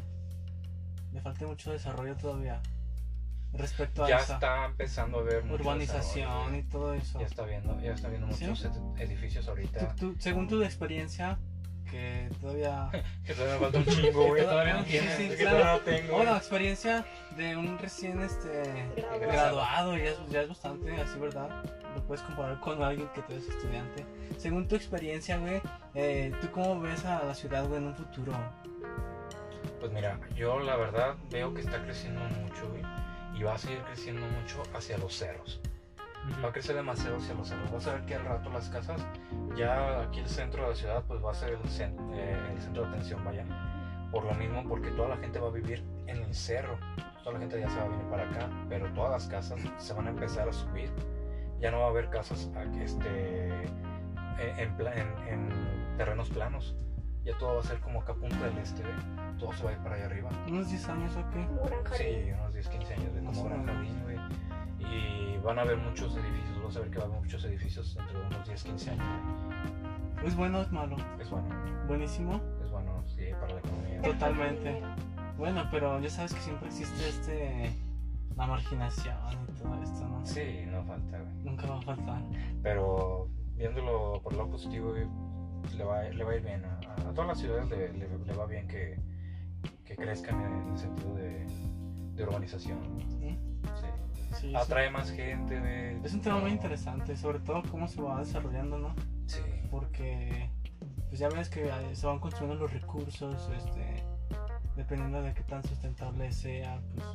B: le falta mucho desarrollo todavía? Respecto a
A: Ya
B: esa
A: está empezando a haber mucho desarrollo,
B: urbanización
A: güey.
B: y todo eso.
A: Ya está viendo, ya está viendo
B: ¿Sí?
A: muchos ed- edificios ahorita.
B: Tú- tú- según tu experiencia, que todavía...
A: Que todavía me falta un chingo, güey.
B: Que todavía no
A: Sí, sí,
B: tienes,
A: que
B: claro.
A: todavía no tengo.
B: Bueno, experiencia de un recién este graduado, ya es, ya es bastante así, ¿verdad? Lo puedes comparar con alguien que tú eres estudiante. Según tu experiencia, güey, eh, ¿tú cómo ves a la ciudad, güey, en un futuro?
A: Pues mira, yo la verdad veo que está creciendo mucho, güey. Y va a seguir creciendo mucho hacia los cerros. va a crecer demasiado hacia los cerros. Vas a ver que al rato las casas, ya aquí el centro de la ciudad, pues va a ser el, cen- eh, el centro de atención, vaya. Por lo mismo, porque toda la gente va a vivir en el cerro. Toda la gente ya se va a venir para acá, pero todas las casas se van a empezar a subir. Ya no va a haber casas a que este, en, en pla- en- en terrenos planos. Ya todo va a ser como acá punta del este, ¿ve? todo se va a ir para allá arriba.
B: ¿Unos 10 años o qué?
A: Sí, unos 10, 15 años de
B: Más
A: como
B: o
A: gran
B: menos.
A: jardín, güey. Y van a haber muchos edificios, vas a ver que va a haber muchos edificios dentro de unos 10, 15 años.
B: ¿Es bueno o es malo?
A: Es bueno,
B: Buenísimo.
A: es bueno, sí, para la economía.
B: Totalmente. Bueno, pero ya sabes que siempre existe este. la marginación y todo esto, ¿no?
A: Sí, no falta, güey.
B: Nunca va a faltar.
A: Pero viéndolo por lo positivo, güey, pues, le va, le va a ir bien. A, a- a todas las ciudades le, le- le va bien que, que crezcan en el sentido de, de urbanización.
B: Sí,
A: Sí.
B: sí, es,
A: Atrae más gente, güey.
B: un, es un tema muy
A: No,
B: interesante, sobre todo cómo se va desarrollando, ¿no?
A: Sí.
B: Porque. pues ya ves que eh, se van construyendo los recursos, este. dependiendo de qué tan sustentable sea, pues.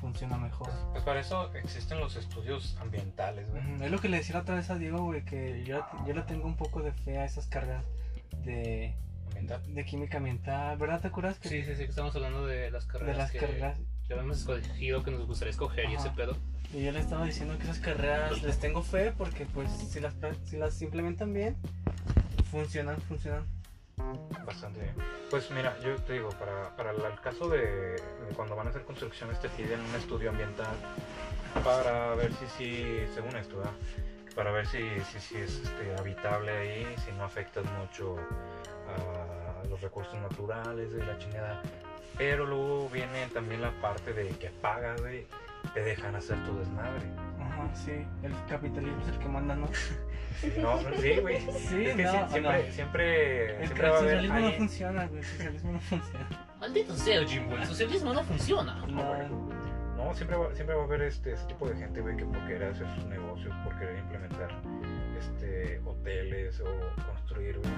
B: funciona mejor.
A: Pues, pues para eso existen los estudios ambientales, güey.
B: Ujú, Es lo que le decía la otra vez a Diego, güey, que yo, yo le tengo un poco de fe a esas cargas de,
A: Ambiental.
B: de química ambiental. ¿Verdad? ¿Te acuerdas que
C: Sí, sí, sí, que estamos hablando de las carreras.
B: de las
C: que
B: carreras.
C: Ya hemos escogido que nos gustaría escoger y
B: Ajá.
C: ese pedo.
B: Y yo le estaba diciendo que esas carreras les tengo fe porque pues si las, pra- si las implementan bien, funcionan, funcionan.
A: Bastante bien. Pues mira, yo te digo, para, para la- el caso de, de cuando van a hacer construcciones te piden un estudio ambiental para ver si sí, según esto, ¿verdad? para ver si, si, si es este, habitable ahí, si no afectas mucho a los recursos naturales de la chingada. Pero luego viene también la parte de que pagas, güey, te dejan hacer tu desmadre.
B: Ajá, sí, el capitalismo es el que manda, ¿no?
A: No, sí, güey.
B: Sí,
A: Es que
B: no,
A: sí, siempre,
B: no.
A: siempre,
B: El,
A: siempre va a haber
B: socialismo no
A: alguien-
B: funciona, güey, el socialismo no funciona.
C: Maldito sea, Jimbo, el socialismo no funciona.
B: No,
A: No, siempre va, siempre va a haber este, ese tipo de gente, güey, que por querer hacer sus negocios, por querer implementar este, hoteles o construir, güey,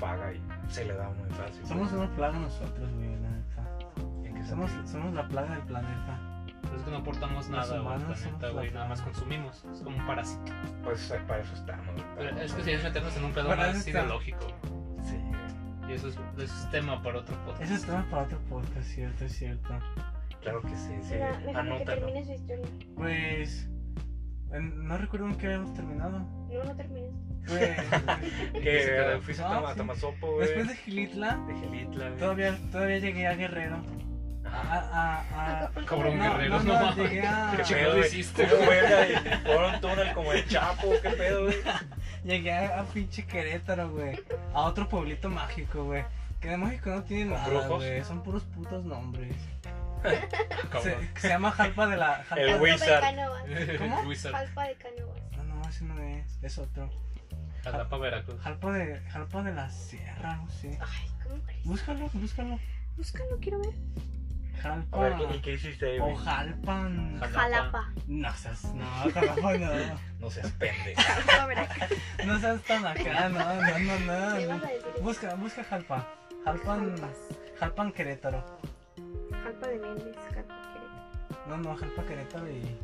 A: paga y se le da muy fácil. güey.
B: somos una plaga nosotros, güey, la neta.
A: ¿En qué
B: Somos,
A: sentido?
B: somos la plaga del planeta.
C: Pero es que no aportamos nada, güey,
B: humanos
C: planeta,
B: somos
C: güey,
B: la-
C: nada más consumimos. Es como un parásito.
A: Pues eh, para eso estamos. güey, para
C: Pero es
A: eso.
C: que si es meternos en un pedo
B: Para
C: más
B: eso está.
C: ideológico.
A: Sí, güey,
C: Y eso es, eso es tema para otro podcast.
B: Eso es tema para otro podcast, cierto, es cierto.
A: claro que sí, sí.
D: Mira, déjame que
A: Anótalo.
D: termine su historia.
B: Pues, en- no recuerdo en qué habíamos terminado.
D: No, no termines.
B: Pues,
A: Que eh, fuiste a
B: No,
A: Tama-
B: sí.
A: Tamazopo, güey.
B: después de Gilitla,
A: de Gilitla, güey.
B: Todavía, todavía llegué a Guerrero. A,
A: Ajá.
B: a, a,
C: cabrón, guerreros, no,
B: no,
C: mames.
B: llegué a,
C: ¿Qué
A: pedo,
C: chingados
A: güey?
C: hiciste,
A: Una
C: güey?
A: huelga y por un túnel como el Chapo, qué pedo, güey.
B: llegué a, a pinche Querétaro, güey. A otro pueblito mágico, güey. Que de mágico no tiene
A: ¿Con
B: nada,
A: brujos?
B: güey. Son puros putos nombres.
A: Cabrón.
B: Se, se llama Jalpa de la... Jalpa-
A: El güey.
D: Wizard.
A: Wizard.
B: ¿Cómo?
C: Wizard,
D: Jalpa de Canoas.
B: No, no, ese no es. Es otro.
C: Jalapa, Veracruz.
B: Jalpa de, Jalpa de la Sierra, no sé.
D: Ay, ¿cómo crees?
B: Búscalo, búscalo.
D: Búscalo, quiero ver.
A: A
B: Jalpa.
A: ver, ¿qué- ¿y qué hiciste ahí,
B: O
A: güey?
B: Jalpan.
C: Jalapa.
D: Jalapa.
B: No seas, no, Jalapa no.
A: No seas pendejo.
D: Jalpa, Veracruz.
B: No seas tan acá, no, no, no,
D: Me
B: no.
D: ibas
B: no.
D: a decir.
B: Busca, busca Jalpa. Jalpan,
D: Jalpas.
B: Jalpan Querétaro.
D: Jalpa de Méndez, Jalpa de Querétaro.
B: No, no, Jalpa Querétaro y.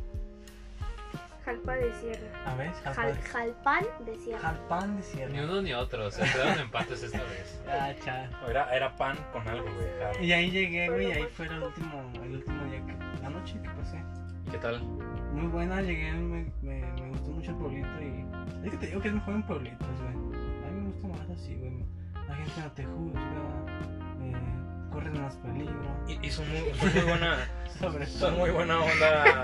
D: Jalpa de Sierra.
B: A ver, Jalpa.
D: Jal- Jalpan de Sierra.
B: Jalpan de
C: Ni
B: Sierra.
C: uno ni otro, se quedaron empates esta vez.
B: Ah, cha.
A: Era, era pan con algo, güey. Ah,
B: Y ahí llegué, güey, y ahí fue el último, el último día que, la noche que pasé.
C: ¿Qué tal?
B: Muy buena, llegué, me, me, me gustó mucho el pueblito y. Es que te digo que es mejor en pueblitos, güey. A mí me gusta más así, güey. La gente no te juzga, eh, corres más peligro.
A: Y, y son, muy, son muy buena
B: Sobre todo.
A: son muy buena onda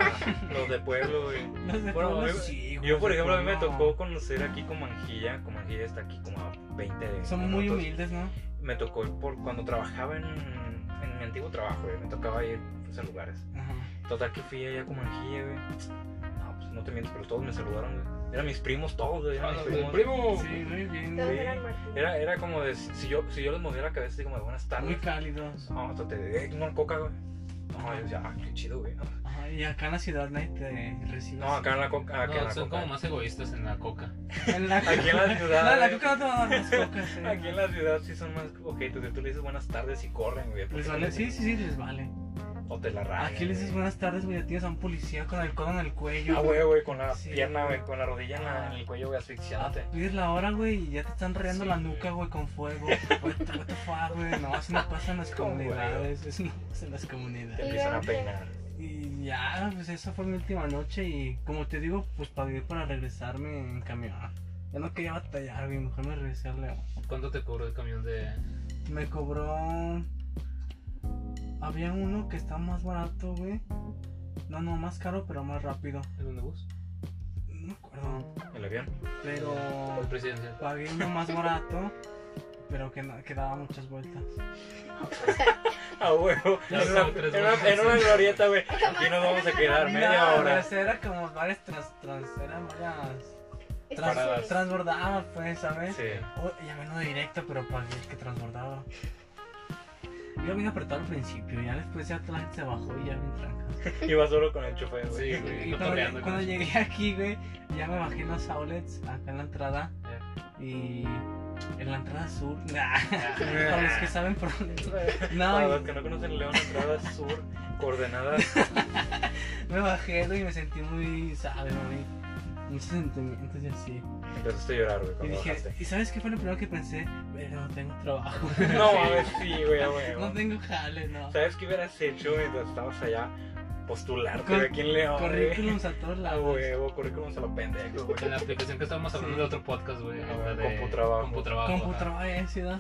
A: los de pueblo, güey.
B: Los de
A: Bueno,
B: pueblo
A: yo-
B: sí, güey,
A: Yo, por
B: los de
A: ejemplo, a mí me
B: pueblo
A: tocó conocer aquí Comanjilla. Comanjilla está aquí como a 20 de
B: Son muy
A: minutos.
B: humildes, ¿no?
A: Me tocó ir por cuando trabajaba en, en mi antiguo trabajo, güey. Me tocaba ir pues, a lugares.
B: Ajá.
A: Total que fui allá a Comanjilla, güey. No, pues no te mientes, pero todos me saludaron, güey. Eran mis primos todos, güey.
B: Ah,
A: Eran mis primos.
C: primo!
B: Sí, muy bien.
D: Todos
A: Sí.
D: eran Martín.
A: Era, era como de, si yo, si yo les movía la cabeza, así como de buenas
B: Muy
A: tardes.
B: cálidos.
A: No, hasta te de una coca, güey. No, yo decía, ah, qué chido, güey.
B: Ajá, y acá en la ciudad nadie te recibe.
A: No, acá en la coca, acá en
C: No,
A: Ah, la
C: son
A: coca.
C: como más egoístas en la coca.
B: En la...
A: Aquí en la
B: No,
A: ciudad.
B: en la
A: güey.
B: coca no te van a dar las cocas. eh.
A: Aquí en la ciudad sí son más ojetes. que Tú le dices buenas tardes y corren, güey.
B: Les vale, sí, sí, sí, les vale.
A: O te la rayan.
B: Aquí les dices buenas tardes, güey, ya tienes a un policía con el codo en el cuello.
A: Ah, güey, güey, con la
B: Sí.
A: pierna, güey, con la rodilla en, la- en el cuello, güey,
B: Ah,
A: asfixiándote.
B: Pides la hora, güey, y ya te están rayando
C: Sí,
B: la
C: güey.
B: nuca, güey, con fuego. What the what the fuck, güey, no, así no pasa en las
A: ¿Cómo, güey?
B: comunidades, eso no pasa en las
A: Te
D: Y
B: comunidades.
A: empiezan a
D: luego te-
A: peinar.
B: Y ya, pues esa fue mi última noche y como te digo, pues pagué para regresarme en camión. Ya no quería batallar, güey, mejor me regresé al León.
C: ¿Cuánto te cobró el camión de...?
B: Me cobró. Había uno que estaba más barato, güey. No, no, más caro, pero más rápido.
C: ¿En dónde bus?
B: No me acuerdo.
A: El avión.
B: Pero
C: El presidencial.
B: pagué uno más barato, pero que, no- que daba muchas vueltas.
A: Ah, huevo.
C: Ya
A: En una,
C: son tres
A: en una-
C: veces.
A: en una glorieta, güey. Aquí nos vamos a quedar media
B: No,
A: hora.
B: pues, Era como varias trans. trans eran varias.
D: Estas
A: Paradas.
B: Trans,
D: series.
B: transbordaba, pues, ¿sabes?
A: Sí.
B: Oh, ya vino directo, pero pagué el que transbordaba. Yo vine apretado al principio, ya después ya toda la gente se bajó y ya bien tranca.
A: Iba solo con el chofer, güey.
C: Sí, güey,
B: Y cuando,
C: cotorreando.
B: cuando
C: con-
B: llegué aquí, güey, ya me bajé en los outlets, acá en la entrada. Y en la entrada sur. Nah, para los Ah, que saben por dónde.
A: Para
B: No,
A: los que no conocen León, entrada sur, coordenadas.
B: y me bajé, güey, y me sentí muy, ¿sabes, mami? Muchos sentimientos y así.
A: Empezaste a llorar, güey,
B: Y
A: cuando
B: dije,
A: bajaste.
B: ¿y sabes qué fue lo primero que pensé? Pero no tengo trabajo.
A: No, a ver, sí, güey, a huevo.
B: No tengo jale, no.
A: ¿Sabes qué hubieras hecho mientras estabas allá? Postularte
B: Cor-
A: güey, aquí en León. güey.
B: Currículums a todos
A: A
B: lados.
A: huevo, currículum a lo pendejo, güey.
C: En la aplicación que estábamos hablando
B: Sí.
C: de otro podcast, güey.
A: Ah,
C: la de
A: Computrabajo.
C: Computrabajo.
B: Compu trabajo, eh, ciudad.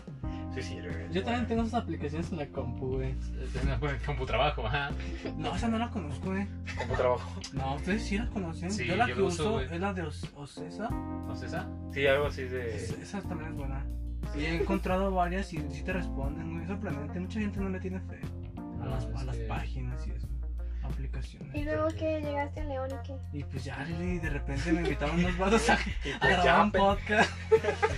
A: Sí, sí, güey.
B: Yo también tengo esas aplicaciones en la compu, güey.
C: tengo. Computrabajo, ajá.
B: No, esa no la conozco, güey.
A: Como trabajo.
B: No, ustedes sí las conocen.
C: Sí,
B: yo la
C: yo
B: que
C: la uso,
B: uso
C: güey.
B: es la de Os- Ocesa.
C: ¿No es esa?
A: Sí, algo así de.
B: Es- Esa también es buena. Y he encontrado varias y sí te responden. Muy sorprendente. Mucha gente no le tiene fe a las,
C: No,
B: a
C: es
B: las
C: que-
B: páginas y eso.
D: Y
B: Aplicaciones.
D: luego que llegaste a León y que.
B: Y pues ya, y de repente me invitaron unos vatos a,
A: Y
B: a
A: pues
B: grabar
A: ya,
B: un
A: pe-
B: podcast.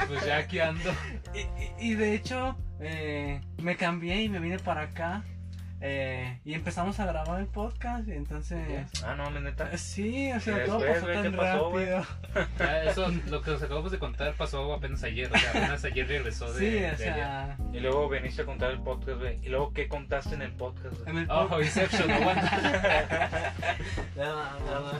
C: Pues ya aquí ando.
B: Y, y- y de hecho, eh, me cambié y me vine para acá. eh, y empezamos a grabar el podcast. y entonces.
A: Ah, no, me neta.
B: Sí, o sea,
A: ¿Qué
B: todo
A: después,
B: pasó
A: güey? ¿Qué
B: tan
A: pasó, güey?
B: rápido.
C: Ya, eso, lo que nos acabamos de contar pasó apenas ayer. O sea, apenas ayer regresó de,
B: Sí, o
C: de allá.
B: sea.
A: Y luego veniste a contar el podcast, güey. Y luego, ¿qué contaste en el podcast, güey?
B: En el
C: Oh, Inception, no aguanta.
B: No, no, no, no.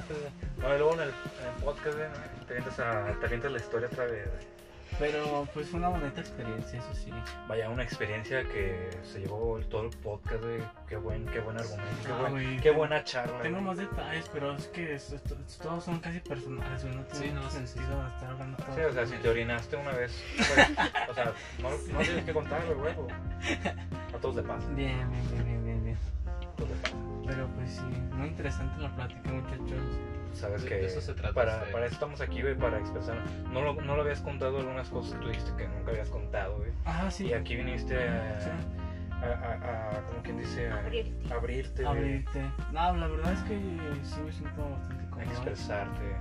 A: No, y luego en el, en el podcast, güey, ¿no? te vienes a. Te avientas la historia otra vez, güey.
B: Pero pues fue una bonita experiencia, eso sí.
A: Vaya, una experiencia que se llevó el- todo el podcast, güey. Qué buen, qué buen argumento. Qué,
B: Ah,
A: buen-
B: güey,
A: qué
B: tengo-
A: buena charla.
B: Tengo
A: güey.
B: más detalles, pero es que es- esto- todos son casi personales, güey, No tiene
C: Sí, no, sí,
B: sentido estar hablando todo.
A: Sí, o sea, si te orinaste una vez, pues, o sea, no, no tienes que contarlo, güey. o- A todos le pasa,
B: Bien, bien, bien, bien, bien, bien.
A: a todos le pasa.
B: Pero pues sí, interesante la plática, muchachos.
A: Sabes
C: De-
A: que
C: de eso se trata,
A: para,
C: sí.
A: para eso estamos aquí, güey, para expresar. No lo, no lo habías contado algunas cosas que tú dijiste que nunca habías contado, güey.
B: Ah, sí.
A: Y aquí viniste a,
B: Sí.
A: a, a- a- como quien dice, a
D: Abrirte.
A: abrirte, güey,
B: Abrirte. No, la verdad es que sí me siento bastante
A: a
B: cómodo.
A: expresarte.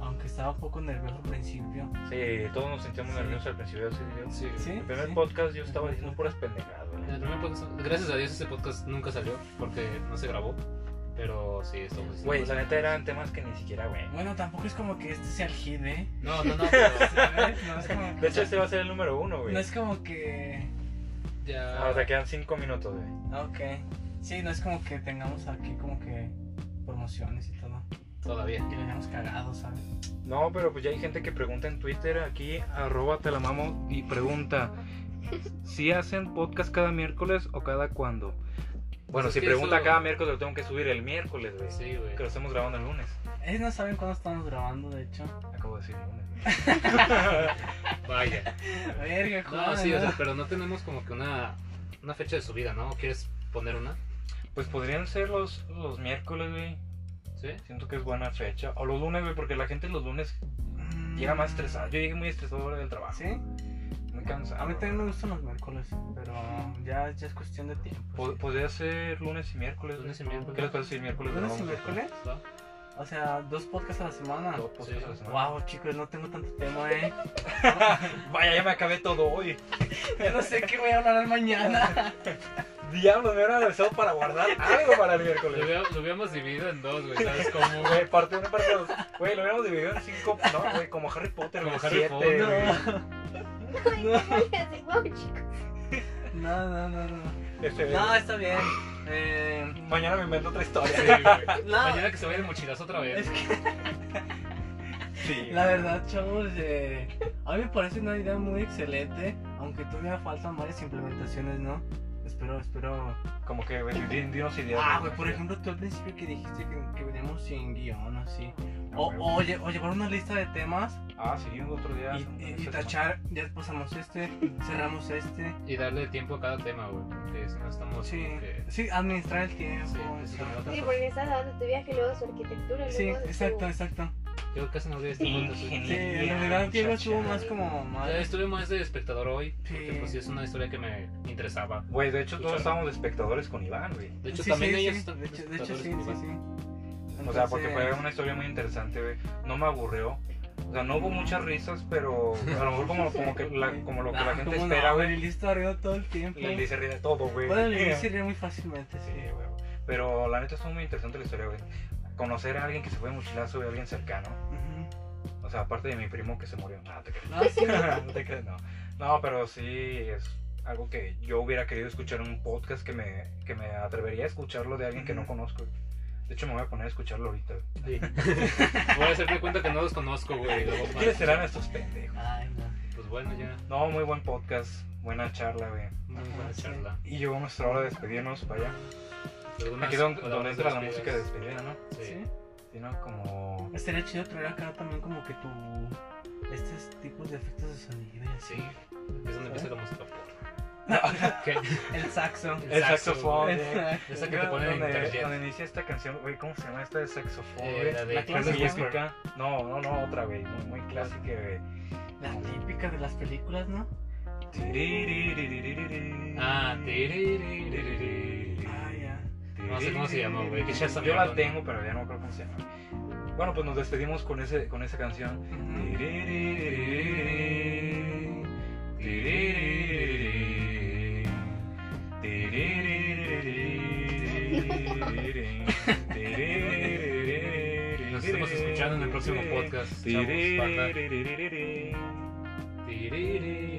B: Aunque estaba un poco nervioso al principio.
A: Sí, todos nos sentimos
B: Sí.
A: nerviosos al principio. Sí, yo-
C: Sí.
B: Sí.
A: El primer
B: sí.
A: podcast yo estaba diciendo puras pendejadas, güey.
C: En el primer podcast- gracias a Dios ese podcast nunca salió porque no se grabó. Pero sí, estamos diciendo
A: Güey, la
C: cosas.
A: neta eran temas que ni siquiera, güey.
B: Bueno, tampoco es como que este sea el hit, ¿eh?
C: No, no, no, pero
B: ¿Sabes? No es como
A: De
B: que.
A: hecho, este va a ser el número uno, güey.
B: No es como que.
C: ya.
A: Ah, o sea, quedan cinco minutos, güey.
B: Ah, Ok. Sí, no es como que tengamos aquí como que promociones y todo.
C: Todavía.
B: Que le hayamos cagado, ¿sabes?
A: No, pero pues ya hay gente que pregunta en Twitter aquí, arroba te la mamo y pregunta si hacen podcast cada miércoles o cada cuándo. Bueno,
C: Pues es
A: si
C: que
A: pregunta
C: eso-
A: cada miércoles lo tengo que subir el miércoles, güey.
C: Sí, güey.
A: Que lo estamos grabando el lunes.
B: Ellos no saben cuándo estamos grabando, de hecho.
A: Acabo de decir lunes.
C: Vaya.
B: Verga, Juan.
C: No, sí, o
B: ¿no?
C: sea, pero no tenemos como que una, una fecha de subida, ¿no? ¿Quieres poner una?
A: Pues podrían ser los, los miércoles, güey.
C: ¿Sí?
A: Siento que es buena fecha. O los lunes, güey, porque la gente los lunes
B: Mm.
A: llega más estresada. Yo llegué muy estresado ahora del trabajo.
B: ¿Sí?
A: Muy cansado.
C: Ah,
B: A mí también me gustan los miércoles, pero ya, ya es cuestión de tiempo.
A: Po- Podría ser lunes y miércoles.
C: Lunes y
A: güey.
C: miércoles.
A: ¿Qué les parece si el miércoles?
B: ¿Lunes y
A: grabamos esto?
B: miércoles?
C: ¿Va?
B: O sea, dos podcasts a la semana.
A: Dos podcasts a la semana.
B: Wow, chicos, no tengo tanto tema, eh.
A: Vaya, ya me acabé todo hoy.
B: Yo no sé qué voy a hablar mañana.
A: Diablo, me hubiera regresado para guardar algo para el
C: Lo,
A: miércoles.
C: hubiera- lo hubiéramos dividido en dos, güey. ¿Sabes cómo, güey?
A: Güey, parte uno, parte dos. Güey, lo hubiéramos dividido en cinco. No, güey, como Harry Potter.
C: Como
A: güey, siete,
C: Harry Potter,
A: güey.
D: Así, wow, chicos.
B: No, no, no, no.
A: Este,
B: No, está bien. Eh,
A: Mañana me invento otra historia.
C: Sí, güey.
B: No.
C: Mañana que se vaya de mochilazo otra vez.
B: es que
A: Sí.
B: la verdad, chavos, eh, a mí me parece una idea muy excelente, aunque todavía faltan varias implementaciones, ¿no? Espero, espero
A: Como que, güey, di- dinos ideas.
B: Ah,
A: güey,
B: güey, por ejemplo, tú al principio que dijiste que, que veníamos sin guión, así.
A: Ah,
B: O,
A: güey.
B: o, lle- o llevar una lista de temas
A: Ah, sí, un otro día. Este,
B: y,
A: un-
B: y- y
A: ese-
B: tachar, ya pasamos este, cerramos este.
C: Y darle tiempo a cada tema, güey. Porque si no estamos.
B: Sí,
C: como que-
B: sí, administrar el tiempo.
C: Sí,
B: o
C: eso
B: sea.
C: también otra
D: Sí,
C: cosa.
D: porque estás dando tu viaje, luego su arquitectura.
B: Sí,
D: luego su-
B: exacto, exacto.
C: Yo casi no vi este podcast. güey.
B: Sí,
A: Genial,
B: en realidad Diego estuvo
A: muchacha.
B: más como
C: O sea,
B: mal.
C: Estuve más de espectador hoy.
B: Sí.
C: Porque pues sí es una historia que me interesaba.
A: Güey, de hecho, todos
C: Escucharon.
A: estábamos de espectadores con Iván, güey.
C: De hecho,
B: Sí,
C: también
B: sí,
C: ellos
B: sí.
C: están.
B: De hecho, de hecho,
C: espectadores
B: sí,
C: con
B: sí,
C: Iván.
B: sí.
A: O sea, porque fue
B: Entonces,
A: una historia muy interesante, güey. No me aburrió. O sea, no hubo muchas risas, pero a lo mejor como, como, que la- como lo que la
B: Ah,
A: gente
B: cómo no,
A: espera, güey.
B: El listo arriba todo el tiempo.
A: El Lee se ríe de todo, güey.
B: Bueno, el listo iría muy fácilmente,
A: Sí,
B: sí.
A: güey. Pero la neta estuvo muy interesante la historia, güey. Conocer a alguien que se fue de mochilazo, güey, a alguien cercano.
B: Ujú.
A: O sea, aparte de mi primo que se murió. Nada, te crees.
B: No, sí,
A: no te crees, no. No, pero sí es algo que yo hubiera querido escuchar en un podcast que me, que me atrevería a escucharlo de alguien que no
B: Ujú.
A: conozco. güey. De hecho, me voy a poner a escucharlo ahorita. güey.
C: Sí. Voy a hacerme cuenta que no los conozco, güey. luego,
A: ¿Quiénes serán estos pendejos?
B: Ay, no.
C: Pues bueno, ya.
A: No, muy buen podcast, buena charla, güey.
C: Muy buena
B: Ah, sí.
C: charla.
A: Y llegó nuestra hora de despedirnos, vaya.
C: Algunas
B: Ah,
A: Aquí donde, donde
C: palabras
A: entra la
C: despedidas.
A: música de este. despedida, ¿no?
C: Sí.
B: Sí.
A: Sino como...
B: Estaría chido traer acá también como que tu... Estos tipos de efectos de sonido y así.
C: Sí. Es donde empieza la música. ¿Qué?
B: El saxo.
A: El saxofón.
C: güey.
A: Oye,
B: Exacto.
C: Esa que te ponen en
A: donde,
C: internet.
A: donde inicia esta canción, güey, ¿cómo se llama esta de saxofón?
C: Eh,
A: güey?
C: la de
A: clase
C: Charles
A: música. No, no, no, otra, güey, muy, muy clásica, güey.
B: La típica de las películas, ¿no?
A: Tiriririririririri.
C: Ah, tiririririri.
B: Ah, ya.
C: No sé cómo se llama, güey, que ya salió
A: Yo la
C: algo, ¿no?
A: tengo, pero ya no creo cómo se llama. Bueno, pues nos despedimos con, ese, con esa canción.
B: Ujú.
A: Nos
C: Nos estamos escuchando en el próximo podcast. chavos, banda.
A: podcast.
C: Tiririririri.